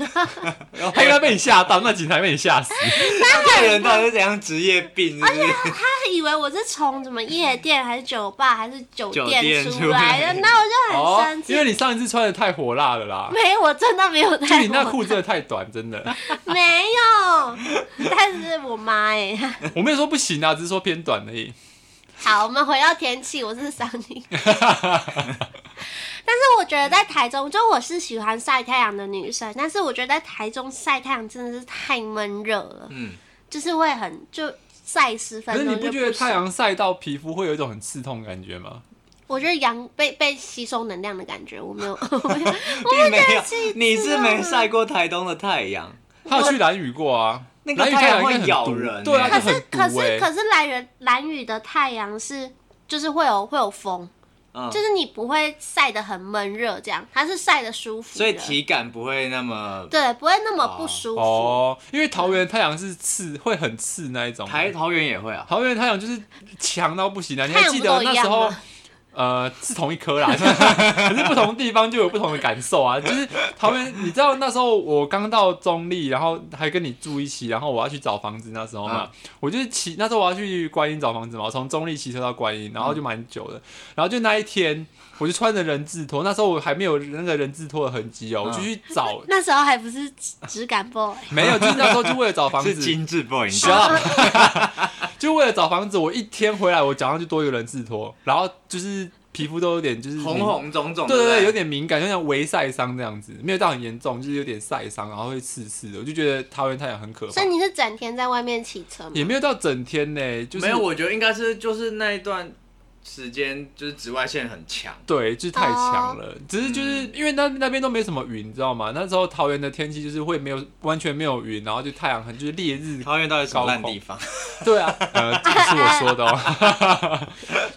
Speaker 4: 他应该被你吓到，那警察被你吓死。
Speaker 2: 哎这个人到底是怎样职业病？是不
Speaker 1: 哎
Speaker 2: 是？
Speaker 1: 他以为我是从什么夜店还是酒吧还是酒
Speaker 2: 酒
Speaker 1: 店
Speaker 2: 店
Speaker 1: 出
Speaker 2: 出
Speaker 1: 来
Speaker 2: 来
Speaker 1: 的，那我就
Speaker 4: 哦
Speaker 1: 很生，气。
Speaker 4: 因为你上一次穿的太火辣
Speaker 1: *laughs*
Speaker 4: 了啦，
Speaker 1: 没有，我真的没有
Speaker 4: *laughs*
Speaker 1: 带
Speaker 4: 就
Speaker 1: 过。
Speaker 4: 你那裤真的太短，真的。
Speaker 1: 没有，但是我妈哎、
Speaker 4: 我没有说不行啊，只是说偏短而已。
Speaker 1: 好，我们回到天气，我是 *laughs* 桑尼。但是我觉得在台中，就我是喜欢晒太阳的女生，但是我觉得在台中晒太阳真的是太闷热了，
Speaker 2: 嗯，
Speaker 1: 就是会很就晒十分
Speaker 4: 可是
Speaker 1: 钟
Speaker 4: 你
Speaker 1: 就
Speaker 4: 不觉得
Speaker 1: 行
Speaker 4: 太？阳晒到皮肤会有一种很刺痛的感觉吗？
Speaker 1: 我觉得阳被被吸收能量的感觉，我没
Speaker 4: *laughs*
Speaker 1: 有，我没有
Speaker 2: 并没有
Speaker 1: 是，
Speaker 2: 你是没晒过台东的太阳，
Speaker 4: 他有去蓝雨过啊，
Speaker 2: 那个
Speaker 4: 蓝雨
Speaker 2: 太阳
Speaker 4: 阳应该
Speaker 2: 会
Speaker 4: 很
Speaker 2: 咬
Speaker 4: 毒
Speaker 2: 人
Speaker 4: 对啊，
Speaker 2: 欸
Speaker 1: 可
Speaker 4: 就是很
Speaker 1: 可
Speaker 4: 毒
Speaker 1: 是
Speaker 4: 哎。
Speaker 1: 可是蓝人蓝雨的太阳是就是会有会有风，
Speaker 4: 哦
Speaker 2: 嗯
Speaker 1: 就，是你不会晒得很闷热，这样它是晒得舒服的，
Speaker 2: 所以体感不会那么。
Speaker 1: 对不会那么不舒服。
Speaker 4: 哦，因为桃园太阳是刺，会很刺那一种。
Speaker 2: 台桃园也会啊，
Speaker 4: 桃园太阳就是强到
Speaker 1: *laughs*
Speaker 4: 不行啊！你
Speaker 1: 太
Speaker 4: 还
Speaker 1: 阳
Speaker 4: 记
Speaker 1: 不都
Speaker 4: 得
Speaker 1: 一
Speaker 4: 那
Speaker 1: 样
Speaker 4: 时候
Speaker 1: 吗？
Speaker 4: 呃，是同一颗啦， *laughs* 可是不同地方就有不同的感受啊。就是桃园，你知道那时候我刚到中立，然后还跟你住一起，然后我要去找房子，那时候嘛，我就是骑那时候我要去观音找房子嘛，我从中立骑车到观音，然后就蛮久的，然后就那一天。我就穿着人字拖，那时候我还没有那个人字拖的痕迹哦，我就去找，
Speaker 1: 那时候还不是质感 boy，
Speaker 4: 没有，就是那时候就为了找
Speaker 2: *laughs*
Speaker 4: 房
Speaker 2: 是啊
Speaker 4: 子，
Speaker 2: 精致 boy，你知
Speaker 4: Shut
Speaker 2: 道
Speaker 1: 哦
Speaker 4: up！就为了找房子，我一天回来，我脚上就多一个人字拖，然后就是皮肤都有点就是
Speaker 2: 红，红肿肿，
Speaker 4: 对对对，有
Speaker 2: 点
Speaker 4: 点敏感，就像微晒伤这样子，没有到很严重，就是有点晒伤，然后会刺刺的。我就觉得桃园太阳很可怕
Speaker 1: 所以，你是整天在外面骑车吗？
Speaker 4: 也没有到整天呢，就是
Speaker 2: 没有，我觉得应该是就是那一段时间就是紫外线很强，
Speaker 4: 对，就是太强
Speaker 1: 哦
Speaker 4: 了。只是就是因为那那边都没什么云，你知道吗？那时候桃园的天气就是会没有完全没有云，然后就太阳很就是
Speaker 2: *laughs*
Speaker 4: 烈日
Speaker 2: 桃园到底什么烂地方？
Speaker 4: 对
Speaker 1: *laughs*
Speaker 4: 啊，呃，这不是我说的哦。 *laughs*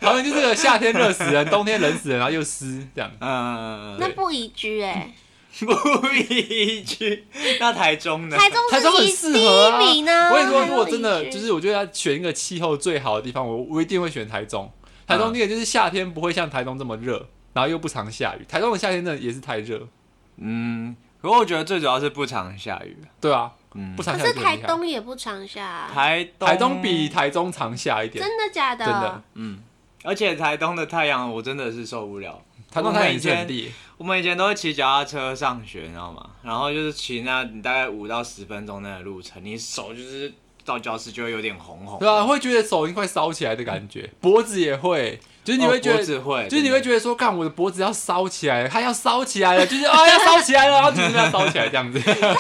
Speaker 4: 桃园就是个夏天热死人，冬天冷死人，然后又湿这样。
Speaker 2: 嗯，
Speaker 1: 那不宜居
Speaker 4: 嗯
Speaker 1: 哎、
Speaker 2: *laughs* 不宜居。那台中呢？
Speaker 1: 台中
Speaker 4: 台中
Speaker 1: 是
Speaker 4: 很
Speaker 1: 宜
Speaker 4: 适
Speaker 1: 第
Speaker 4: 合
Speaker 1: 一
Speaker 4: 啊！
Speaker 1: 名呢。
Speaker 4: 我跟你说，如果
Speaker 1: 宜
Speaker 4: 真的
Speaker 1: 居
Speaker 4: 就是，我觉得要选一个气候最好的地方，我我一定会选台中。
Speaker 1: 啊
Speaker 4: 台
Speaker 2: 嗯
Speaker 4: 中那个就是夏天不会像台东这么热，然后又不常下雨。台中的夏天真的也是太热，
Speaker 2: *laughs* 嗯，可我觉得最主要是不常下雨。
Speaker 4: 对啊，
Speaker 2: 嗯
Speaker 4: 不，常
Speaker 1: 可
Speaker 4: 下雨
Speaker 1: 是
Speaker 4: 就很
Speaker 1: 台
Speaker 4: 厉害。
Speaker 1: 东也不常下啊、
Speaker 2: 台东
Speaker 4: 台东比台中常下一点，
Speaker 1: 真的假的？
Speaker 4: 真的
Speaker 2: 嗯，而且台东的太阳我真的是受不了。
Speaker 4: 台东太阳也是很烈。
Speaker 2: 我们以前都会骑脚踏车上学，你知道吗？然后就是骑那你大概五到十分钟那个路程，你手就是到教室就会有点红红。
Speaker 4: 对啊，会觉得手已经快烧起来的感觉，脖子也会，就是你会觉
Speaker 2: 哦
Speaker 4: 得
Speaker 2: 脖子会，
Speaker 4: 就是你会觉得说，干我的脖子要烧起来了，它要烧起来了，就是啊、要烧起来了，然后就是要烧起来
Speaker 1: *laughs*
Speaker 4: 这样子，真的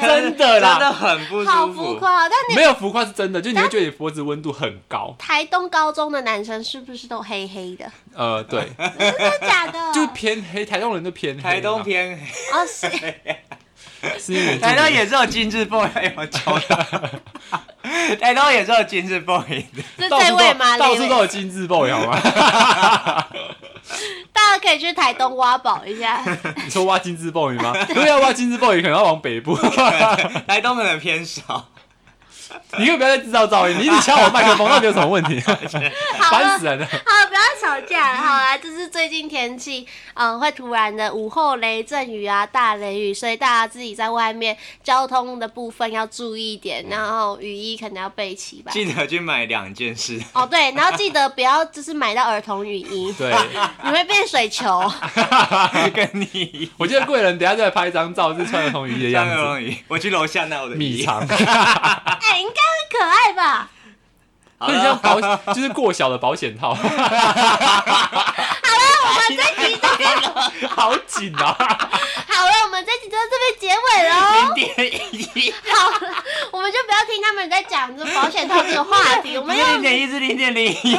Speaker 2: 真的
Speaker 4: 啦，
Speaker 2: 很不
Speaker 1: 哎好
Speaker 2: 舒
Speaker 1: 浮
Speaker 2: 服。
Speaker 1: 夸哦，但你
Speaker 4: 没有浮夸是真的，就是你会觉得你脖子温度很高，
Speaker 1: 台东高中的男生是不是都黑黑的？
Speaker 4: 呃，对，
Speaker 1: 真的假的？
Speaker 4: *laughs* 就是偏黑，台东人就偏黑啊嘛，
Speaker 2: 台东偏黑，
Speaker 1: 哦，是
Speaker 4: *laughs* 是因为原住民
Speaker 2: *laughs* 台东也是有精致 boy 有教的， *laughs* 台东也是有精致 boy 的。
Speaker 1: 是
Speaker 4: 到处
Speaker 1: 这位
Speaker 4: 都
Speaker 1: 吗？
Speaker 4: 到
Speaker 1: 这
Speaker 4: 处
Speaker 1: 位
Speaker 4: 都有精致 boy 好吗？ *laughs*
Speaker 1: 大家可以去台东挖宝一
Speaker 4: *laughs*
Speaker 1: 下。
Speaker 4: 你说挖精致 boy 吗？如果要挖精致 boy，可能要往北部，
Speaker 2: 台东可能偏少，
Speaker 4: 你可以不要再制造噪音，你一直敲我麦克风，那没有什么问题，
Speaker 1: 好
Speaker 4: 烦
Speaker 1: 了
Speaker 4: 死，人了。
Speaker 1: 好，不要吵架了。好
Speaker 2: 嗯
Speaker 1: 啦，就是最近天气，嗯，会突然的午后雷阵雨啊，大雷雨，所以大家自己在外面交通的部分要注意一点，然后雨衣可能要备齐吧。
Speaker 2: 嗯记得去买两件 *laughs* 事。
Speaker 1: 哦，对，然后记得不要就是买到儿童雨
Speaker 2: *laughs*
Speaker 1: 衣，
Speaker 4: 对，
Speaker 1: 你会变水球。哎
Speaker 2: 跟你一
Speaker 4: 我觉得贵人等一下再来拍一张照，是穿儿童雨衣的
Speaker 2: 样
Speaker 4: 样子。
Speaker 2: 而已。我去楼下拿我的
Speaker 4: 米
Speaker 2: 衣。
Speaker 4: 肠，
Speaker 1: 哎、应该会可爱
Speaker 2: *laughs*
Speaker 1: 吧？
Speaker 2: 好
Speaker 4: 很
Speaker 2: 了
Speaker 4: 像保，就是过小的保险套，
Speaker 1: 我们这集到
Speaker 4: 好紧啊！
Speaker 1: 好了，我们这集就到这边结尾喽。
Speaker 2: 零点一，
Speaker 1: 好了，我们就不要听他们在讲这保险套这个话
Speaker 2: *laughs*
Speaker 1: 题，我
Speaker 2: 不
Speaker 1: 们
Speaker 2: 是
Speaker 1: 要
Speaker 2: 零点一，是零点零一。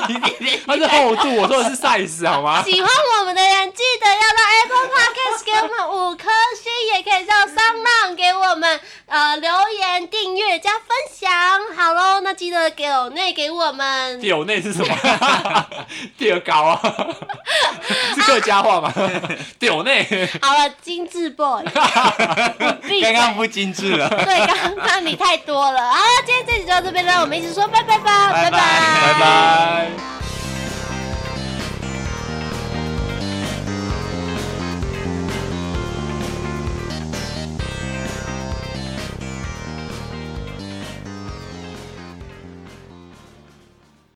Speaker 4: 它是厚度，我说的是 size 好
Speaker 1: *laughs*
Speaker 4: 吗？
Speaker 1: 喜欢我们的人，记得要到 Apple Podcast 给我们五颗星，也可以到商浪给我们呃留言、订阅加分享。好喽，那记得给我内给我们嗯
Speaker 4: 屌内是什么？ *laughs* 屌高啊，是客家话吗？屌内，
Speaker 1: 好了，精致 boy，你闭嘴
Speaker 2: *laughs* 刚刚不精致了，
Speaker 1: 对，刚刚你太多了。好了，今天这集就到这边了，我们一起说拜拜吧，
Speaker 2: 拜
Speaker 1: 拜
Speaker 2: 拜
Speaker 4: 拜拜。